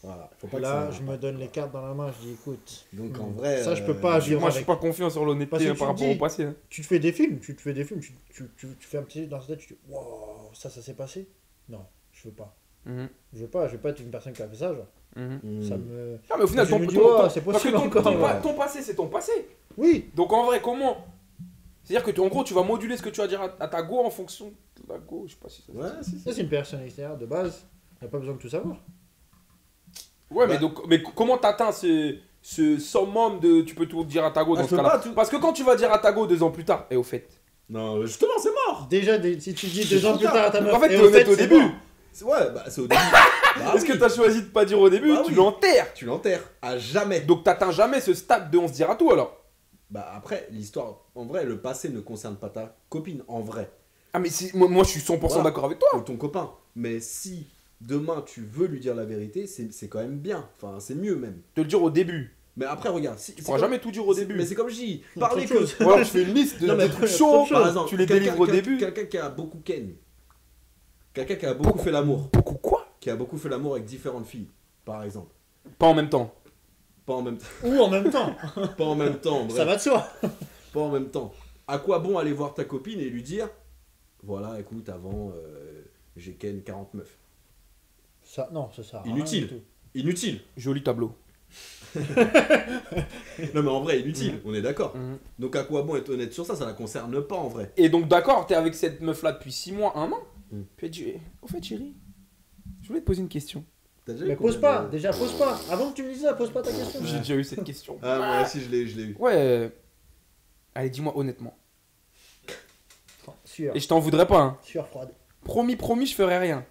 Speaker 3: voilà faut pas que
Speaker 2: là
Speaker 3: ça-
Speaker 2: je me donne les cartes dans la main, je dis écoute.
Speaker 3: donc en
Speaker 2: hmm,
Speaker 3: vrai
Speaker 2: Ça je
Speaker 3: euh,
Speaker 2: peux pas vivre
Speaker 1: Moi, je suis
Speaker 2: avec.
Speaker 1: pas confiant sur
Speaker 2: Parce
Speaker 1: l'honnêteté
Speaker 2: que
Speaker 1: hein,
Speaker 2: tu
Speaker 1: par rapport
Speaker 2: dis-
Speaker 1: au passé. hein.
Speaker 2: Tu te fais des films, tu te fais des films, tu, tu, tu, tu fais un petit truc dans ta tête, tu dis waouh, ça ça s'est passé Non, je veux pas.
Speaker 1: Mhm,
Speaker 2: Je veux pas, je veux pas être une personne qui a fait ça, genre.
Speaker 1: mhm.
Speaker 3: hmm,
Speaker 2: Ça me.
Speaker 1: Non, mais au final,
Speaker 2: Je
Speaker 1: ton,
Speaker 2: me dis,
Speaker 1: ton-
Speaker 2: ouais,
Speaker 1: ton-
Speaker 2: c'est
Speaker 1: parce que
Speaker 2: possible
Speaker 1: ton,
Speaker 2: encore,
Speaker 1: ton pa-
Speaker 3: ouais.
Speaker 1: ton passé, c'est ton passé.
Speaker 2: Oui
Speaker 1: Donc en vrai, comment C'est-à-dire que tu- en gros, tu vas moduler ce que tu vas dire à, à ta go en fonction de la go, je sais pas si ça. se dit.
Speaker 3: ouais si, si.
Speaker 2: Ça c'est une personnalité hein, de base. Il a pas besoin de tout savoir.
Speaker 1: Ouais, mais
Speaker 3: Bah.
Speaker 1: donc mais comment t'atteins ce ce summum de tu peux tout dire à ta go
Speaker 3: Ah,
Speaker 1: dans
Speaker 3: je
Speaker 1: ce
Speaker 3: peux
Speaker 1: cas-là
Speaker 3: pas tout-
Speaker 1: Parce que quand tu vas dire à ta go deux ans plus tard, et au fait.
Speaker 3: non justement c'est
Speaker 1: Ah.
Speaker 3: mort
Speaker 2: Déjà, des- si tu dis
Speaker 3: C'est
Speaker 2: deux ans
Speaker 3: trop
Speaker 2: plus
Speaker 3: tard.
Speaker 2: tard à ta
Speaker 1: Donc,
Speaker 2: meuf,
Speaker 1: en fait,
Speaker 2: et
Speaker 1: t'es honnête au
Speaker 2: c'est
Speaker 1: début.
Speaker 2: bon.
Speaker 3: C'est- ouais bah c'est au début Bah
Speaker 1: Est-ce que
Speaker 3: oui,
Speaker 1: t'as choisi de pas dire au début
Speaker 3: Bah
Speaker 1: Tu
Speaker 3: oui.
Speaker 1: l'enterres.
Speaker 3: tu l'enterres à jamais
Speaker 1: Donc t'atteins jamais ce stade de on se dira tout alors.
Speaker 3: bah après l'histoire en vrai le passé ne concerne pas ta copine en vrai
Speaker 1: Ah mais si, moi, moi, je suis 100%
Speaker 3: Voilà.
Speaker 1: d'accord avec toi.
Speaker 3: ou ton copain. Mais si demain tu veux lui dire la vérité, c'est c'est quand même bien. Enfin, c'est mieux même.
Speaker 1: Te le dire au début.
Speaker 3: Mais après, regarde, si,
Speaker 1: Tu pourras jamais tout dire au début.
Speaker 3: Mais c'est comme je dis,
Speaker 2: Il y a
Speaker 3: parler
Speaker 2: trop de
Speaker 3: que.
Speaker 2: choses.
Speaker 1: Ou alors tu fais une liste de,
Speaker 3: Non, mais
Speaker 1: des trucs
Speaker 2: il y a trop
Speaker 1: chauds,
Speaker 2: de
Speaker 3: Par exemple,
Speaker 1: tu les
Speaker 3: quelqu'un-
Speaker 1: délivres au
Speaker 3: quelqu'un-
Speaker 1: début.
Speaker 3: Quelqu'un qui a beaucoup ken. Quelqu'un qui a beaucoup fait l'amour.
Speaker 1: Beaucoup quoi
Speaker 3: Qui a beaucoup fait l'amour avec différentes filles, par exemple.
Speaker 1: Pas en même temps.
Speaker 3: Pas en même,
Speaker 2: Ou en même temps,
Speaker 3: pas en même temps, en vrai.
Speaker 2: ça va de soi.
Speaker 3: Pas en même temps. À quoi bon aller voir ta copine et lui dire Voilà, écoute, avant, euh, j'ai ken 40 meufs.
Speaker 2: Ça, non, ça sert à rien
Speaker 3: Inutile.
Speaker 2: du tout.
Speaker 3: Inutile.
Speaker 1: Joli tableau.
Speaker 3: Non, mais en vrai, inutile,
Speaker 1: Mhm.
Speaker 2: Mm.
Speaker 3: on est d'accord.
Speaker 1: Mhm.
Speaker 3: Donc à quoi bon être honnête sur ça Ça la concerne pas en vrai.
Speaker 1: Et donc, d'accord, t'es avec cette meuf-là depuis 6 mois, 1 an.
Speaker 3: Mm.
Speaker 1: Puis elle dit eh, Au fait, chérie, je voulais te poser une question.
Speaker 3: T'as déjà eu
Speaker 2: Mais
Speaker 3: combien
Speaker 2: pose pas,
Speaker 1: euh,
Speaker 3: de-
Speaker 2: déjà pose pas. Avant que tu me dises ça, pose pas ta question.
Speaker 1: J'ai déjà eu cette question.
Speaker 3: Ah, moi aussi, je l'ai eu, je l'ai eu.
Speaker 1: Ouais. euh, Allez, dis-moi honnêtement.
Speaker 2: Attends, Sueur,
Speaker 1: Et je t'en voudrais pas, hein.
Speaker 2: sueur froide.
Speaker 1: Promis, promis, je ferai rien.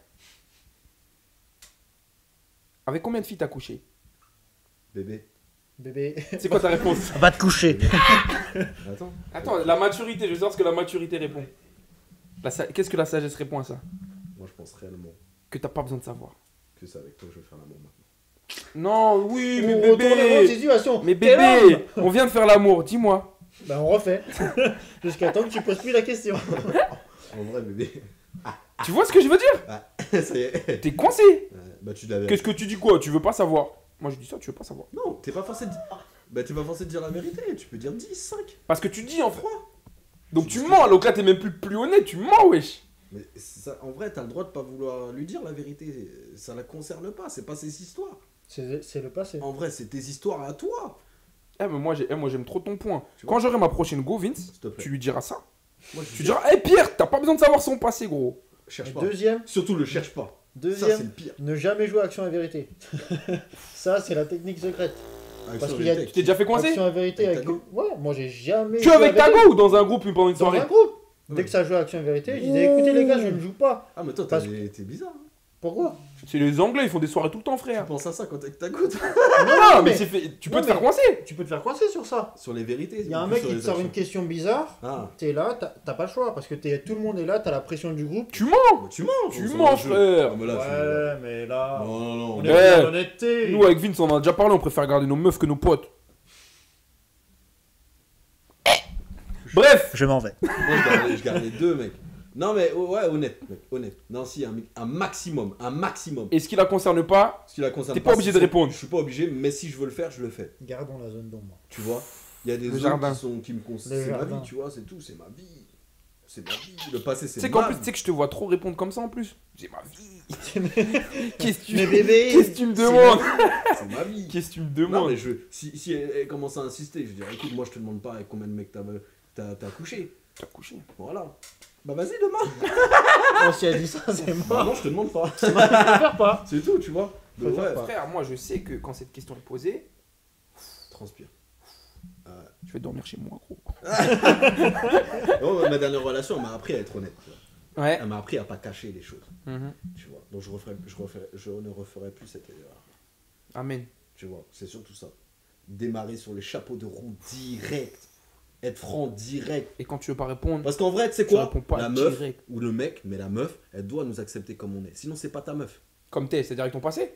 Speaker 1: Avec combien de filles t'as couché
Speaker 3: Bébé.
Speaker 2: Bébé,
Speaker 1: C'est quoi ta réponse
Speaker 2: Ah, va te coucher.
Speaker 3: Attends.
Speaker 1: Attends, la maturité, je veux savoir ce que la maturité répond. La sa- Qu'est-ce que la sagesse répond à ça
Speaker 3: Moi, je pense réellement
Speaker 1: Que t'as pas besoin de savoir.
Speaker 3: que c'est avec toi que je vais faire l'amour maintenant.
Speaker 1: Non, oui, mais
Speaker 2: on Oh, retourne à la
Speaker 1: bébé
Speaker 2: situation.
Speaker 1: Mais
Speaker 2: T'es
Speaker 1: bébé
Speaker 2: l'homme.
Speaker 1: On vient de faire l'amour, dis-moi.
Speaker 2: Bah on refait. Jusqu'à temps que tu poses plus la question.
Speaker 3: En vrai, bébé.
Speaker 1: Tu vois ce que je veux dire
Speaker 3: ça y est.
Speaker 1: T'es coincé
Speaker 3: Euh, bah, tu l'avais.
Speaker 1: Qu'est-ce que tu dis quoi Tu veux pas savoir Moi je dis ça, tu veux pas savoir.
Speaker 3: Non, t'es pas forcé de. Bah, t'es pas forcé de dire la vérité. Tu peux dire 10, 5.
Speaker 1: Parce que tu dis en froid. Donc tu mens, donc là t'es même plus, plus honnête, tu mens wesh.
Speaker 3: Mais c'est ça, en vrai, t'as le droit de pas vouloir lui dire la vérité. Ça la concerne pas. C'est pas ses histoires.
Speaker 2: C'est c'est le passé.
Speaker 1: Ah,
Speaker 3: En vrai, c'est tes histoires à toi.
Speaker 1: Eh mais moi j'ai- eh, moi, j'aime trop ton point.
Speaker 3: Tu vois
Speaker 1: Quand j'aurai ma prochaine go Vince,
Speaker 3: S'il te plaît.
Speaker 1: tu lui diras ça.
Speaker 3: Moi, je
Speaker 1: Tu
Speaker 3: dis,
Speaker 1: diras, hé Pierre, t'as pas besoin de savoir son passé gros.
Speaker 3: cherche
Speaker 2: Et
Speaker 3: pas.
Speaker 2: Deuxième,
Speaker 3: Surtout, le cherche pas. Ça, c'est
Speaker 2: deuxième
Speaker 3: le pire.
Speaker 2: ne jamais jouer à action et vérité. ça, c'est la technique secrète.
Speaker 3: Avec
Speaker 2: Parce
Speaker 3: son
Speaker 2: qu'il y a-
Speaker 1: Tu
Speaker 3: rétexte.
Speaker 1: t'es déjà fait coincer
Speaker 2: Action et vérité
Speaker 3: Avec
Speaker 2: avec.
Speaker 3: ta go.
Speaker 2: Ouais, moi j'ai jamais.
Speaker 1: Que
Speaker 2: joué
Speaker 1: avec ta
Speaker 2: vérité.
Speaker 1: go ou dans un groupe pendant une
Speaker 2: Dans
Speaker 1: soirée
Speaker 2: un groupe.
Speaker 3: Ouais.
Speaker 2: Dès que ça joue à action et vérité, je disais écoutez les gars, je ne joue pas.
Speaker 3: Ah, mais toi,
Speaker 2: Parce
Speaker 3: t'as- t'es bizarre. hein.
Speaker 2: Pourquoi
Speaker 1: C'est les anglais, ils font des soirées tout le temps
Speaker 3: Tu
Speaker 1: frère.
Speaker 3: penses à ça quand t'es avec ta goutte.
Speaker 1: Non, mais,
Speaker 2: mais-
Speaker 1: c'est fait- tu peux
Speaker 2: non,
Speaker 1: te faire
Speaker 2: mais-
Speaker 1: coincer.
Speaker 2: Tu peux te faire coincer sur ça.
Speaker 3: Sur les vérités.
Speaker 2: Il y a un
Speaker 3: ou
Speaker 2: mec
Speaker 3: sur
Speaker 2: qui te
Speaker 3: les
Speaker 2: sort une
Speaker 3: actions.
Speaker 2: question bizarre,
Speaker 3: Ah,
Speaker 2: t'es là, t'as t'as pas le choix, parce que t'es- tout le monde est là, t'as la pression du groupe.
Speaker 1: Tu mens,
Speaker 3: bah, tu mens.
Speaker 1: tu
Speaker 3: on
Speaker 1: mens
Speaker 3: s'en joue.
Speaker 1: frère.
Speaker 3: Ah, mais là,
Speaker 2: mais
Speaker 3: tu-
Speaker 2: là,
Speaker 3: Non, non, non.
Speaker 2: on
Speaker 1: Ouais.
Speaker 2: est dans l'honnêteté.
Speaker 1: Nous avec Vince on en a déjà parlé, on préfère garder nos meufs que nos potes. Bref,
Speaker 2: Je m'en vais.
Speaker 3: Moi, je garde, les- je garde les deux, mec. Non, mais oh, ouais, honnête, mec, honnête. Non, si, un, mi- un maximum, un maximum.
Speaker 1: et ce qui la concerne pas,
Speaker 3: Ce qui la concerne
Speaker 1: T'es pas obligé
Speaker 3: si-
Speaker 1: de répondre.
Speaker 3: Je suis pas obligé, mais si je veux le faire, je le fais.
Speaker 2: Gardons la zone d'ombre.
Speaker 3: Tu vois Il y a des
Speaker 1: Le
Speaker 3: gens
Speaker 1: jardin.
Speaker 3: qui, sont, qui me
Speaker 2: Le
Speaker 3: concernent. C'est ma
Speaker 2: jardin.
Speaker 3: vie, tu vois, c'est tout, c'est ma vie. C'est ma vie. Le passé,
Speaker 1: tu
Speaker 3: c'est
Speaker 1: sais
Speaker 3: ma
Speaker 1: qu'en plus,
Speaker 3: vie.
Speaker 1: tu sais que je te vois trop répondre comme ça en plus. J'ai ma vie. Qu'est-ce que tu
Speaker 2: Mais bébé
Speaker 1: Qu'est-ce que tu me
Speaker 2: c'est
Speaker 1: demandes
Speaker 3: C'est ma vie.
Speaker 1: Qu'est-ce que tu me
Speaker 3: Non, mais
Speaker 1: demandes
Speaker 3: je, si, si elle, elle commence à insister, je vais dire écoute, moi je te demande pas avec combien de mecs t'as, t'as, t'as couché.
Speaker 1: T'as couché.
Speaker 3: Voilà. Bah vas-y demain.
Speaker 2: Oh, si elle dit ça, c'est
Speaker 3: Bah
Speaker 2: mort.
Speaker 3: non, je te demande pas.
Speaker 2: Préfère pas.
Speaker 3: C'est tout, tu vois. Mais
Speaker 2: Faut faire
Speaker 3: ouais,
Speaker 2: pas.
Speaker 1: Frère, moi je sais que quand cette question est posée,
Speaker 3: transpire.
Speaker 1: je vais dormir chez moi, gros.
Speaker 3: Oh, ma dernière relation, elle m'a appris à être honnête. tu vois.
Speaker 1: Ouais.
Speaker 3: Elle m'a appris à pas cacher les choses.
Speaker 1: Mhm.
Speaker 3: Tu vois. Donc je, referai, je, referai, je ne referai plus cette erreur.
Speaker 1: Amen.
Speaker 3: Tu vois. C'est surtout ça. Démarrer sur les chapeaux de roue direct. Être franc direct.
Speaker 1: Et quand tu veux pas répondre,
Speaker 3: Parce qu'en vrai, tu sais
Speaker 1: Tu
Speaker 3: quoi
Speaker 1: réponds pas
Speaker 3: La meuf
Speaker 1: direct.
Speaker 3: ou le mec, mais la meuf, elle doit nous accepter comme on est. Sinon, c'est pas ta meuf.
Speaker 1: comme t'es, c'est-à-dire avec ton passé.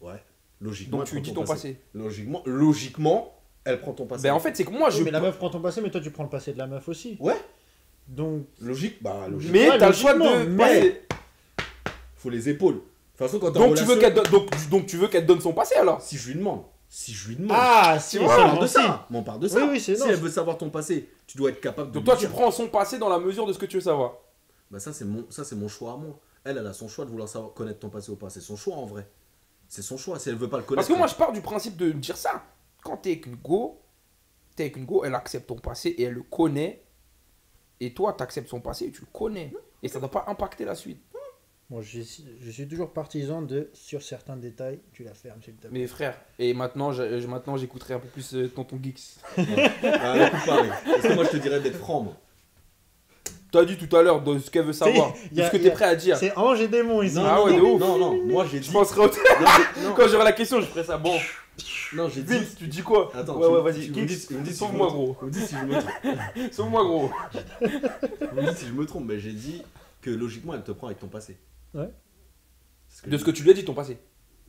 Speaker 3: Ouais. Logiquement.
Speaker 1: Donc
Speaker 3: elle
Speaker 1: tu
Speaker 3: prend
Speaker 1: dis ton passé.
Speaker 3: Logiquement, logiquement, elle prend ton passé.
Speaker 1: Ben en fait, c'est que moi je.
Speaker 2: mais la meuf prend ton passé, mais toi tu prends le passé de la meuf aussi.
Speaker 3: Ouais.
Speaker 2: Donc,
Speaker 3: Logique, bah logique.
Speaker 1: Mais
Speaker 2: Ouais,
Speaker 1: t'as le choix de.
Speaker 2: logiquement,
Speaker 3: mais-
Speaker 1: passer.
Speaker 3: Faut les épaules. De toute façon, quand t'es en
Speaker 1: Donc tu, veux
Speaker 3: relation-
Speaker 1: qu'elle donne... donc, donc tu veux qu'elle te donne son passé alors
Speaker 3: Si je lui demande. Si je lui demande.
Speaker 2: ah, si,
Speaker 3: si
Speaker 2: on
Speaker 3: on parle de
Speaker 2: parle
Speaker 3: ça. Mais on parle de ça.
Speaker 2: Oui, oui, c'est-
Speaker 3: si
Speaker 2: non,
Speaker 3: elle
Speaker 2: c'est-
Speaker 3: veut savoir ton passé, tu dois être capable de.
Speaker 1: Donc
Speaker 3: lui
Speaker 1: toi tu
Speaker 3: dire.
Speaker 1: prends son passé dans la mesure de ce que tu veux savoir.
Speaker 3: Bah ça c'est mon ça c'est mon choix à moi. Elle elle a son choix de vouloir savoir connaître ton passé ou pas, c'est son choix en vrai. C'est son choix si elle veut pas le connaître.
Speaker 1: Parce que moi je pars du principe de me dire ça. Quand t'es avec une go, t'es avec une go, elle accepte ton passé et elle le connaît. Et toi t'acceptes son passé et tu le connais. Et ça doit pas impacter la suite.
Speaker 2: Moi, je, je suis toujours partisan de sur certains détails, tu la fermes, s'il te plaît.
Speaker 1: Mes frères. Et maintenant, je, je- maintenant j'écouterai un peu plus euh, Tonton Geeks.
Speaker 3: Ah, non, écoute pas, mec. Parce que moi je te dirais d'être franc moi.
Speaker 1: T'as dit tout à l'heure de ce qu'elle veut savoir,
Speaker 2: Si, y
Speaker 1: de
Speaker 2: a-
Speaker 1: ce que
Speaker 2: y
Speaker 1: t'es
Speaker 2: a-
Speaker 1: prêt à dire.
Speaker 2: C'est ange et démon ici.
Speaker 3: Non,
Speaker 1: Ah
Speaker 3: non,
Speaker 1: ouais, de
Speaker 3: non,
Speaker 1: ouf.
Speaker 3: non, non, moi j'ai dit.
Speaker 1: Je penserai au
Speaker 3: Non, j'ai- non,
Speaker 1: Quand j'aurai la question, je ferai ça. Bon,
Speaker 3: non, j'ai dit.
Speaker 1: Vince, tu dis quoi
Speaker 3: Attends,
Speaker 1: Ouais,
Speaker 3: tu-
Speaker 1: ouais, vas-y.
Speaker 3: tu me dis-
Speaker 1: Geeks,
Speaker 3: tu me dis si je
Speaker 1: sauve-moi,
Speaker 3: me
Speaker 1: gros.
Speaker 3: trompe. Tu me dis si je me trompe.
Speaker 1: Sauve-moi, gros.
Speaker 3: Tu me dis si je me trompe, mais j'ai dit que logiquement elle te prend avec ton passé.
Speaker 2: Ouais.
Speaker 3: C'est
Speaker 1: De ce
Speaker 3: je-
Speaker 1: que tu lui as dit, ton passé.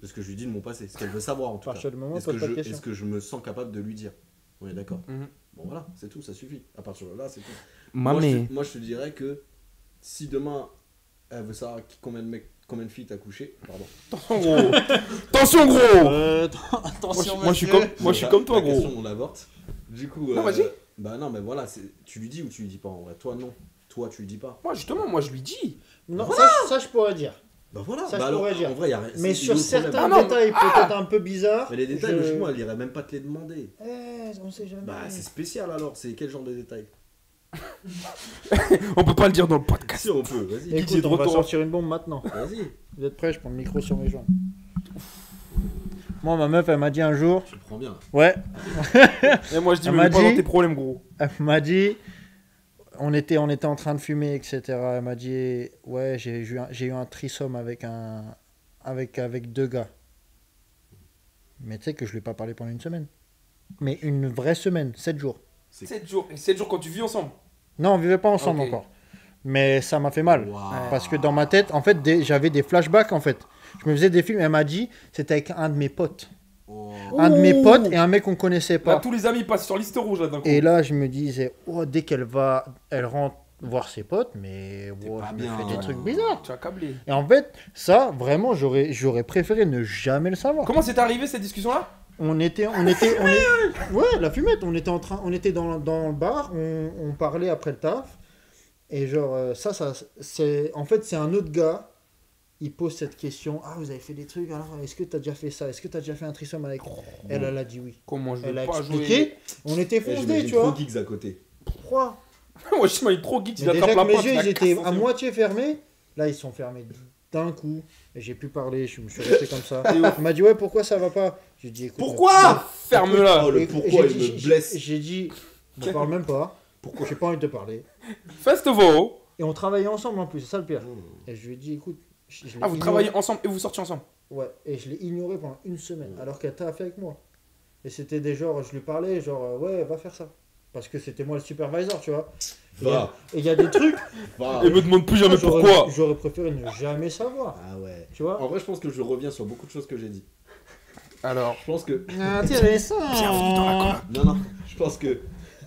Speaker 3: de ce que je lui dis de mon passé, ce qu'elle veut savoir en
Speaker 2: À
Speaker 3: tout cas.
Speaker 2: partir du moment où
Speaker 3: Est-ce que,
Speaker 2: pose pas de
Speaker 3: je,
Speaker 2: question.
Speaker 3: est-ce que je me sens capable de lui dire On est d'accord.
Speaker 1: Mhm.
Speaker 3: Bon voilà, c'est tout, ça suffit. À partir de là, c'est tout. Moi je, te, moi, je te dirais que si demain elle veut savoir qui- combien de mecs, combien de filles t'as couché, pardon.
Speaker 1: Attention, gros. Attention, gros.
Speaker 2: Euh,
Speaker 1: Moi, je-
Speaker 2: attention,
Speaker 1: moi, je suis comme, moi, je suis
Speaker 3: La-
Speaker 1: comme toi,
Speaker 3: la question,
Speaker 1: gros.
Speaker 3: on l'avorte. Du coup.
Speaker 1: Non, vas-y.
Speaker 3: Bah non, mais voilà, c'est- tu lui dis ou tu lui dis pas en vrai. Toi non, toi tu lui dis pas.
Speaker 1: Moi, justement, moi, je lui dis.
Speaker 2: Non, ça, je- ça, je pourrais dire.
Speaker 3: Bah voilà.
Speaker 2: Ça,
Speaker 3: bah,
Speaker 2: je
Speaker 3: alors,
Speaker 2: pourrais dire.
Speaker 3: En vrai, y a rien-
Speaker 2: Mais
Speaker 3: c'est
Speaker 2: sur
Speaker 3: le problème.
Speaker 2: certains
Speaker 1: Ah, non,
Speaker 2: détails
Speaker 1: mais- ah
Speaker 2: peut-être un peu bizarres.
Speaker 3: Mais les détails,
Speaker 2: je-
Speaker 3: logiquement, elle irait même pas te les demander.
Speaker 2: Eh, on sait jamais.
Speaker 3: Bah c'est spécial alors. C'est quel genre de détail
Speaker 1: On peut pas le dire dans le podcast.
Speaker 3: Si on peut, vas-y.
Speaker 1: Didier
Speaker 2: Écoute, on va
Speaker 1: Droton.
Speaker 2: sortir une bombe maintenant.
Speaker 3: Vas-y.
Speaker 2: Vous êtes prêts Je prends le micro sur mes jambes. Moi, ma meuf, elle m'a dit un jour.
Speaker 3: Tu le prends bien.
Speaker 2: Ouais,
Speaker 1: Et moi, je dis,
Speaker 2: Elle
Speaker 1: mais
Speaker 2: m'a
Speaker 1: pas dans
Speaker 2: dit-
Speaker 1: tes problèmes, gros.
Speaker 2: elle m'a dit. On était, on était en train de fumer, etc. Elle m'a dit Ouais, j'ai eu, un- j'ai eu un trisome avec, un, avec, avec deux gars. Mais tu sais que je lui ai pas parlé pendant une semaine. Mais une vraie semaine, sept jours.
Speaker 1: 7 jours. Et 7 jours quand tu vis ensemble.
Speaker 2: Non, on vivait pas ensemble
Speaker 1: Ok.
Speaker 2: encore. Mais ça m'a fait mal.
Speaker 3: Waouh.
Speaker 2: Parce que dans ma tête, en fait, des- j'avais des flashbacks, en fait. Je me faisais des films, elle m'a dit, c'était avec un de mes potes.
Speaker 3: Oh.
Speaker 2: Un de mes
Speaker 1: Ouh.
Speaker 2: potes et un mec qu'on connaissait
Speaker 1: Là,
Speaker 2: pas.
Speaker 1: tous les amis passent sur liste rouge, là, d'un coup.
Speaker 2: Et là, je me disais, oh, dès qu'elle va, elle rentre voir ses potes, mais
Speaker 3: T'es
Speaker 2: oh,
Speaker 3: pas
Speaker 2: je me
Speaker 3: bien,
Speaker 2: fais des
Speaker 3: ouais.
Speaker 2: trucs bizarres.
Speaker 1: Tu as câblé.
Speaker 2: Et en fait, ça, vraiment, j'aurais, j'aurais préféré ne jamais le savoir.
Speaker 1: Comment c'est arrivé cette discussion-là
Speaker 2: On était, on était, on est- ouais, la fumette. On était en train, on était dans, dans le bar, on, on parlait après le taf, et genre euh, ça, ça, c'est, en fait, c'est un autre gars. Il pose cette question. Ah, vous avez fait des trucs. Alors, est-ce que t'as déjà fait ça Est-ce que t'as déjà fait un trisome avec
Speaker 3: Oh,
Speaker 2: Elle, elle a dit oui.
Speaker 1: Comment je
Speaker 2: Elle
Speaker 1: vais
Speaker 2: a
Speaker 1: pas
Speaker 2: expliqué.
Speaker 1: jouer
Speaker 2: On était
Speaker 3: Eh,
Speaker 2: foncés,
Speaker 3: j'imagine
Speaker 2: tu
Speaker 3: trop
Speaker 2: vois.
Speaker 3: geeks à côté.
Speaker 2: Pourquoi
Speaker 1: Moi, je suis trop geek,
Speaker 2: Mais
Speaker 1: il
Speaker 2: déjà
Speaker 1: attrape
Speaker 2: que
Speaker 1: la
Speaker 2: mes
Speaker 1: patte.
Speaker 2: yeux,
Speaker 1: il la
Speaker 2: ils étaient
Speaker 1: casse,
Speaker 2: à
Speaker 1: c'est
Speaker 2: moitié fermés. Là, ils sont fermés d'un coup. Et j'ai pu parler. Je me suis resté comme ça.
Speaker 1: Et ouf.
Speaker 2: Il m'a dit ouais, pourquoi ça va pas J'ai dit écoute,
Speaker 3: Pourquoi
Speaker 1: bon. Ferme-la.
Speaker 3: Oh, le
Speaker 2: Et-
Speaker 3: pourquoi
Speaker 2: et j'ai
Speaker 3: il
Speaker 2: dit-
Speaker 3: me
Speaker 2: j'ai-
Speaker 3: blesse.
Speaker 2: J'ai dit, ne parle même pas. Pourquoi J'ai pas envie de te parler.
Speaker 1: First of all.
Speaker 2: Et on travaillait ensemble en plus, c'est ça le pire.
Speaker 3: Oh,
Speaker 2: Et je lui ai dit, écoute, je, je l'ai
Speaker 1: Ah, vous
Speaker 2: ignoré-
Speaker 1: travaillez ensemble et vous sortez ensemble.
Speaker 2: Ouais, et je l'ai ignoré pendant une semaine, alors qu'elle t'a fait avec moi. Et c'était des genres, je lui parlais, genre, euh, ouais, va faire ça. Parce que c'était moi le supervisor, tu vois. Et il y a-
Speaker 3: Va,
Speaker 2: et il y a des trucs,
Speaker 3: va.
Speaker 1: Et me demande plus jamais
Speaker 2: j'aurais-
Speaker 1: pourquoi.
Speaker 2: j'aurais préféré ne jamais savoir,
Speaker 3: Ah ouais.
Speaker 2: tu vois.
Speaker 3: En vrai, je pense que je reviens sur beaucoup de choses que j'ai dit.
Speaker 1: Alors,
Speaker 3: Je pense que.
Speaker 1: Ah,
Speaker 2: Intéressant.
Speaker 3: Non, non. Je pense que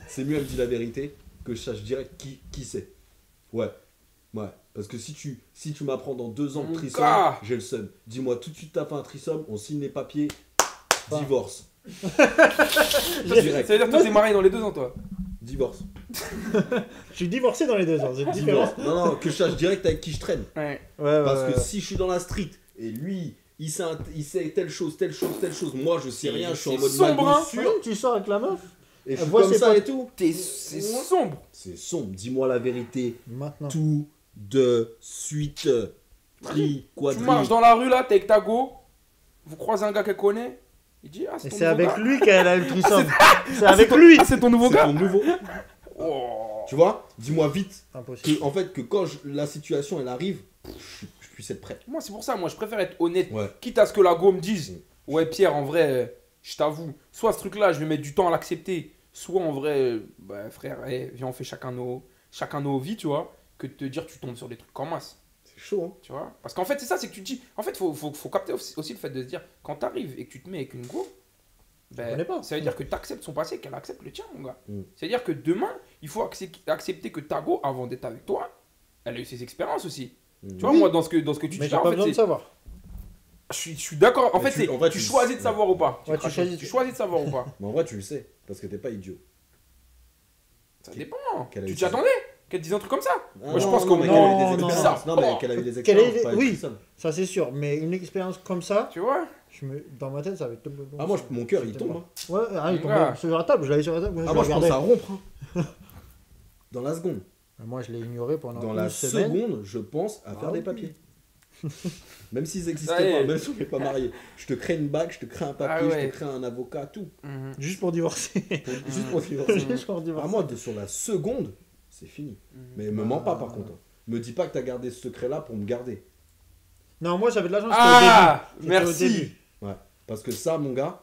Speaker 3: c'est mieux, elle me dit la vérité que je sache direct qui, qui c'est. Ouais. Ouais. Parce que si tu, si tu m'apprends dans deux ans
Speaker 1: Mon
Speaker 3: de trisome,
Speaker 1: gars
Speaker 3: j'ai le seum. Dis-moi tout de suite, t'as fait un trisome, on signe les papiers,
Speaker 1: Ah.
Speaker 2: Bah.
Speaker 3: divorce.
Speaker 1: Ça veut
Speaker 3: direct.
Speaker 1: dire que toi, t'es marié dans les deux ans, toi.
Speaker 3: Divorce.
Speaker 2: Je suis divorcé dans les deux ans,
Speaker 3: Ah,
Speaker 1: Ah,
Speaker 2: c'est différent.
Speaker 3: Divorce. Non, non, que je sache direct avec qui je traîne.
Speaker 1: Ouais.
Speaker 2: Ouais, ouais,
Speaker 3: Parce que
Speaker 1: Euh,
Speaker 2: ouais.
Speaker 3: si je suis dans la street et lui, il sait, un- il sait telle chose, telle chose, telle chose, moi je sais rien, je suis en
Speaker 1: C'est
Speaker 3: mode
Speaker 1: sombre,
Speaker 3: magot
Speaker 1: hein. Euh,
Speaker 3: sûr,
Speaker 2: Ouais, tu sors avec la meuf
Speaker 3: et je suis
Speaker 2: Voix,
Speaker 3: comme
Speaker 2: c'est
Speaker 3: ça
Speaker 2: pas-
Speaker 3: et tout.
Speaker 1: T'es, c'est sombre. Ah.
Speaker 3: C'est sombre, dis-moi la vérité.
Speaker 2: Maintenant.
Speaker 3: Tout de suite, euh, tri,
Speaker 1: Tu
Speaker 3: quadri.
Speaker 1: marches dans la rue, là, t'es avec ta go. Vous croisez un gars qu'elle connaît. Il dit, ah, c'est
Speaker 2: Et
Speaker 1: ton
Speaker 2: c'est
Speaker 1: nouveau
Speaker 2: avec
Speaker 1: gars.
Speaker 2: lui qu'elle a eu le trisome. C'est
Speaker 1: Ah,
Speaker 2: avec
Speaker 1: ton-
Speaker 2: lui
Speaker 1: Ah, c'est ton nouveau
Speaker 3: C'est
Speaker 1: gars
Speaker 3: ton nouveau.
Speaker 1: Oh.
Speaker 3: Tu vois, dis-moi vite Ah, que,
Speaker 2: Impossible.
Speaker 3: en fait, que quand je- la situation elle arrive, je, je puisse être prêt.
Speaker 1: Moi, c'est pour ça, moi, je préfère être honnête.
Speaker 3: Ouais.
Speaker 1: Quitte à ce que la go me dise, ouais, Pierre, en vrai, euh, je t'avoue, soit ce truc-là, je vais mettre du temps à l'accepter, soit en vrai, euh, bah, frère, eh, viens, on fait chacun nos, chacun nos vies, tu vois, que de te dire, tu tombes sur des trucs en masse,
Speaker 3: C'est chaud, hein.
Speaker 1: tu vois. Parce qu'en fait, c'est ça, c'est que tu te dis, en fait, faut, faut, faut capter aussi, aussi le fait de se dire, quand t'arrives et que tu te mets avec une go, ben,
Speaker 2: On connaît pas.
Speaker 1: ça veut dire que t'acceptes son passé, qu'elle accepte le tien, mon gars.
Speaker 3: Mm.
Speaker 1: C'est-à-dire que demain, il faut accep- accepter que ta go, avant d'être avec toi, elle a eu ses expériences aussi.
Speaker 3: Mm.
Speaker 1: Tu vois,
Speaker 2: Oui.
Speaker 1: moi, dans ce que, dans ce que tu
Speaker 2: Mais
Speaker 1: dis
Speaker 2: j'ai
Speaker 1: là,
Speaker 2: pas
Speaker 1: en fait,
Speaker 2: besoin de
Speaker 1: c'est-
Speaker 2: savoir.
Speaker 1: je suis, je suis d'accord. En
Speaker 3: Mais
Speaker 1: fait,
Speaker 3: tu-
Speaker 1: c'est-
Speaker 3: en fait,
Speaker 1: tu
Speaker 3: tu-
Speaker 1: choisis de savoir ou pas.
Speaker 2: Ouais, tu
Speaker 1: craches.
Speaker 2: choisis-
Speaker 1: tu choisis de savoir ou pas.
Speaker 3: Mais en vrai, tu le sais, parce que t'es pas idiot.
Speaker 1: Ça
Speaker 3: Qu'elle-
Speaker 1: dépend.
Speaker 3: qu'elle a eu
Speaker 1: Tu
Speaker 3: ses-
Speaker 1: t'y attendais qu'elle te dise un truc comme ça
Speaker 3: Ah,
Speaker 1: Moi, je
Speaker 3: non,
Speaker 1: pense
Speaker 3: non,
Speaker 1: qu'on
Speaker 3: mais
Speaker 1: est-
Speaker 3: qu'elle a eu
Speaker 2: Non,
Speaker 3: des
Speaker 2: non,
Speaker 3: expériences.
Speaker 1: non.
Speaker 3: Non, mais qu'elle a eu des
Speaker 2: Qu'elle a eu
Speaker 3: expériences.
Speaker 2: des-
Speaker 3: pas eu
Speaker 2: oui.
Speaker 3: tout seul.
Speaker 2: Ça, c'est sûr. Mais une expérience comme ça,
Speaker 1: Tu vois
Speaker 2: je me... dans ma tête, ça avait tout
Speaker 3: Ah, moi, je- mon cœur, il
Speaker 2: C'était
Speaker 3: tombe.
Speaker 2: pas-
Speaker 3: hein.
Speaker 2: Ouais, ah, il tombe
Speaker 1: Ouais.
Speaker 2: sur la table. Je l'avais sur la table. ouais,
Speaker 3: Ah,
Speaker 2: je
Speaker 3: moi,
Speaker 2: le
Speaker 3: je pense
Speaker 2: regardais.
Speaker 3: à rompre. hein. Dans la seconde.
Speaker 2: Ben, Moi, je l'ai ignoré pendant
Speaker 3: Dans
Speaker 2: une
Speaker 3: la
Speaker 2: semaine.
Speaker 3: seconde, je pense à
Speaker 2: Ah
Speaker 3: faire des
Speaker 2: oui.
Speaker 3: papiers. Même s'ils
Speaker 1: Ça y
Speaker 3: existaient
Speaker 1: est.
Speaker 3: pas, même si on n'est pas mariés. Je te crée une bague, je te crée un papier,
Speaker 1: Ah ouais.
Speaker 3: je te crée un avocat, tout.
Speaker 2: Juste pour divorcer. Ah,
Speaker 3: Pour- Ah, Juste pour divorcer.
Speaker 2: Juste pour
Speaker 3: À
Speaker 2: divorcer.
Speaker 3: moi, de- sur la seconde, c'est fini.
Speaker 1: Mhm.
Speaker 3: Mais me mens pas, par contre. hein. Me dis pas que t'as gardé ce secret-là pour me garder.
Speaker 2: Non, moi, j'avais de l'argent.
Speaker 1: Ah
Speaker 2: C'était au début. C'était au
Speaker 1: Merci
Speaker 2: début.
Speaker 3: Parce que ça, mon gars,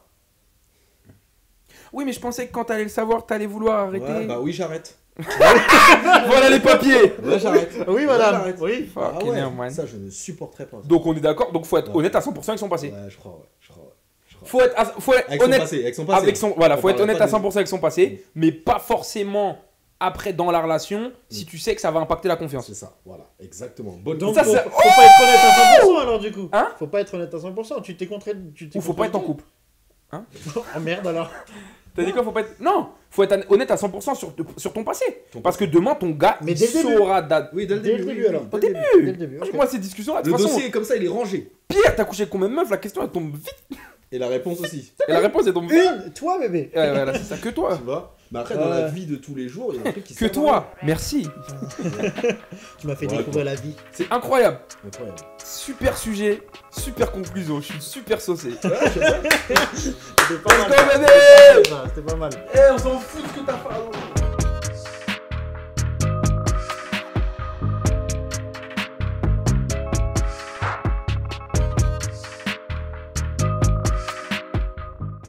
Speaker 1: Oui, mais je pensais que quand t'allais le savoir, t'allais vouloir arrêter.
Speaker 3: ouais, bah oui, j'arrête.
Speaker 1: voilà les papiers
Speaker 3: Ouais, j'arrête.
Speaker 2: Oui,
Speaker 3: Ouais,
Speaker 2: madame.
Speaker 3: j'arrête.
Speaker 2: Oui.
Speaker 1: Fucking
Speaker 3: Ah ouais,
Speaker 1: hell, man.
Speaker 3: ça, je ne supporterai pas.
Speaker 1: Donc on est d'accord, donc faut être
Speaker 3: Ouais.
Speaker 1: honnête à 100% avec son passé.
Speaker 3: Ouais, je crois, ouais. Je crois, ouais. Je crois.
Speaker 1: Faut être, à- faut être
Speaker 3: Avec son
Speaker 1: honnête
Speaker 3: passé, avec son passé.
Speaker 1: avec son. Voilà,
Speaker 3: On
Speaker 1: faut être
Speaker 3: parle
Speaker 1: honnête
Speaker 3: pas
Speaker 1: à
Speaker 3: de- Mm.
Speaker 1: 100% avec son passé, mais pas forcément après dans la relation si tu sais que ça va impacter la confiance.
Speaker 3: Mm. C'est ça, voilà, exactement. Bonne
Speaker 2: Donc,
Speaker 1: Ça,
Speaker 2: faut,
Speaker 1: c'est-
Speaker 2: faut pas être honnête à 100% alors, du coup.
Speaker 1: Hein
Speaker 2: faut pas être honnête à 100%. Tu t'es contre. Tu t'es
Speaker 1: Ou faut pas être en couple.
Speaker 2: oh merde, alors.
Speaker 1: T'as dit quoi Faut pas être. Non Faut être honnête à 100% sur, sur ton passé. Parce que demain, ton gars,
Speaker 2: Mais
Speaker 1: il
Speaker 2: dès le début.
Speaker 1: saura date.
Speaker 3: Oui, dès le
Speaker 2: Dès le
Speaker 3: début.
Speaker 2: début,
Speaker 3: oui,
Speaker 2: alors.
Speaker 3: oui,
Speaker 1: Au
Speaker 3: dès le
Speaker 1: début,
Speaker 2: Dès le début. ok.
Speaker 1: Moi, ces discussions-là, de
Speaker 3: Le
Speaker 1: toute façon,
Speaker 3: dossier est comme ça, il est rangé.
Speaker 1: Pierre, t'as couché avec combien de meufs La question, elle tombe vite.
Speaker 3: Et la réponse aussi.
Speaker 1: Et la réponse, elle tombe vite.
Speaker 2: Une, toi, bébé.
Speaker 1: Ouais, voilà, c'est ça, que toi.
Speaker 3: tu vois Mais après, dans la
Speaker 2: Ouais.
Speaker 3: vie de tous les jours, il y a un truc qui
Speaker 1: Que
Speaker 3: sert à
Speaker 1: toi. Merci.
Speaker 2: Tu m'as fait
Speaker 3: Ouais,
Speaker 2: découvrir la vie.
Speaker 1: C'est incroyable.
Speaker 3: rien. Incroyable.
Speaker 1: Super sujet, super conclusion. Je suis super saucé.
Speaker 2: C'était pas
Speaker 1: Let's go,
Speaker 2: mal.
Speaker 1: bébé
Speaker 2: C'était pas mal.
Speaker 1: Eh, on s'en fout de ce que t'as fait.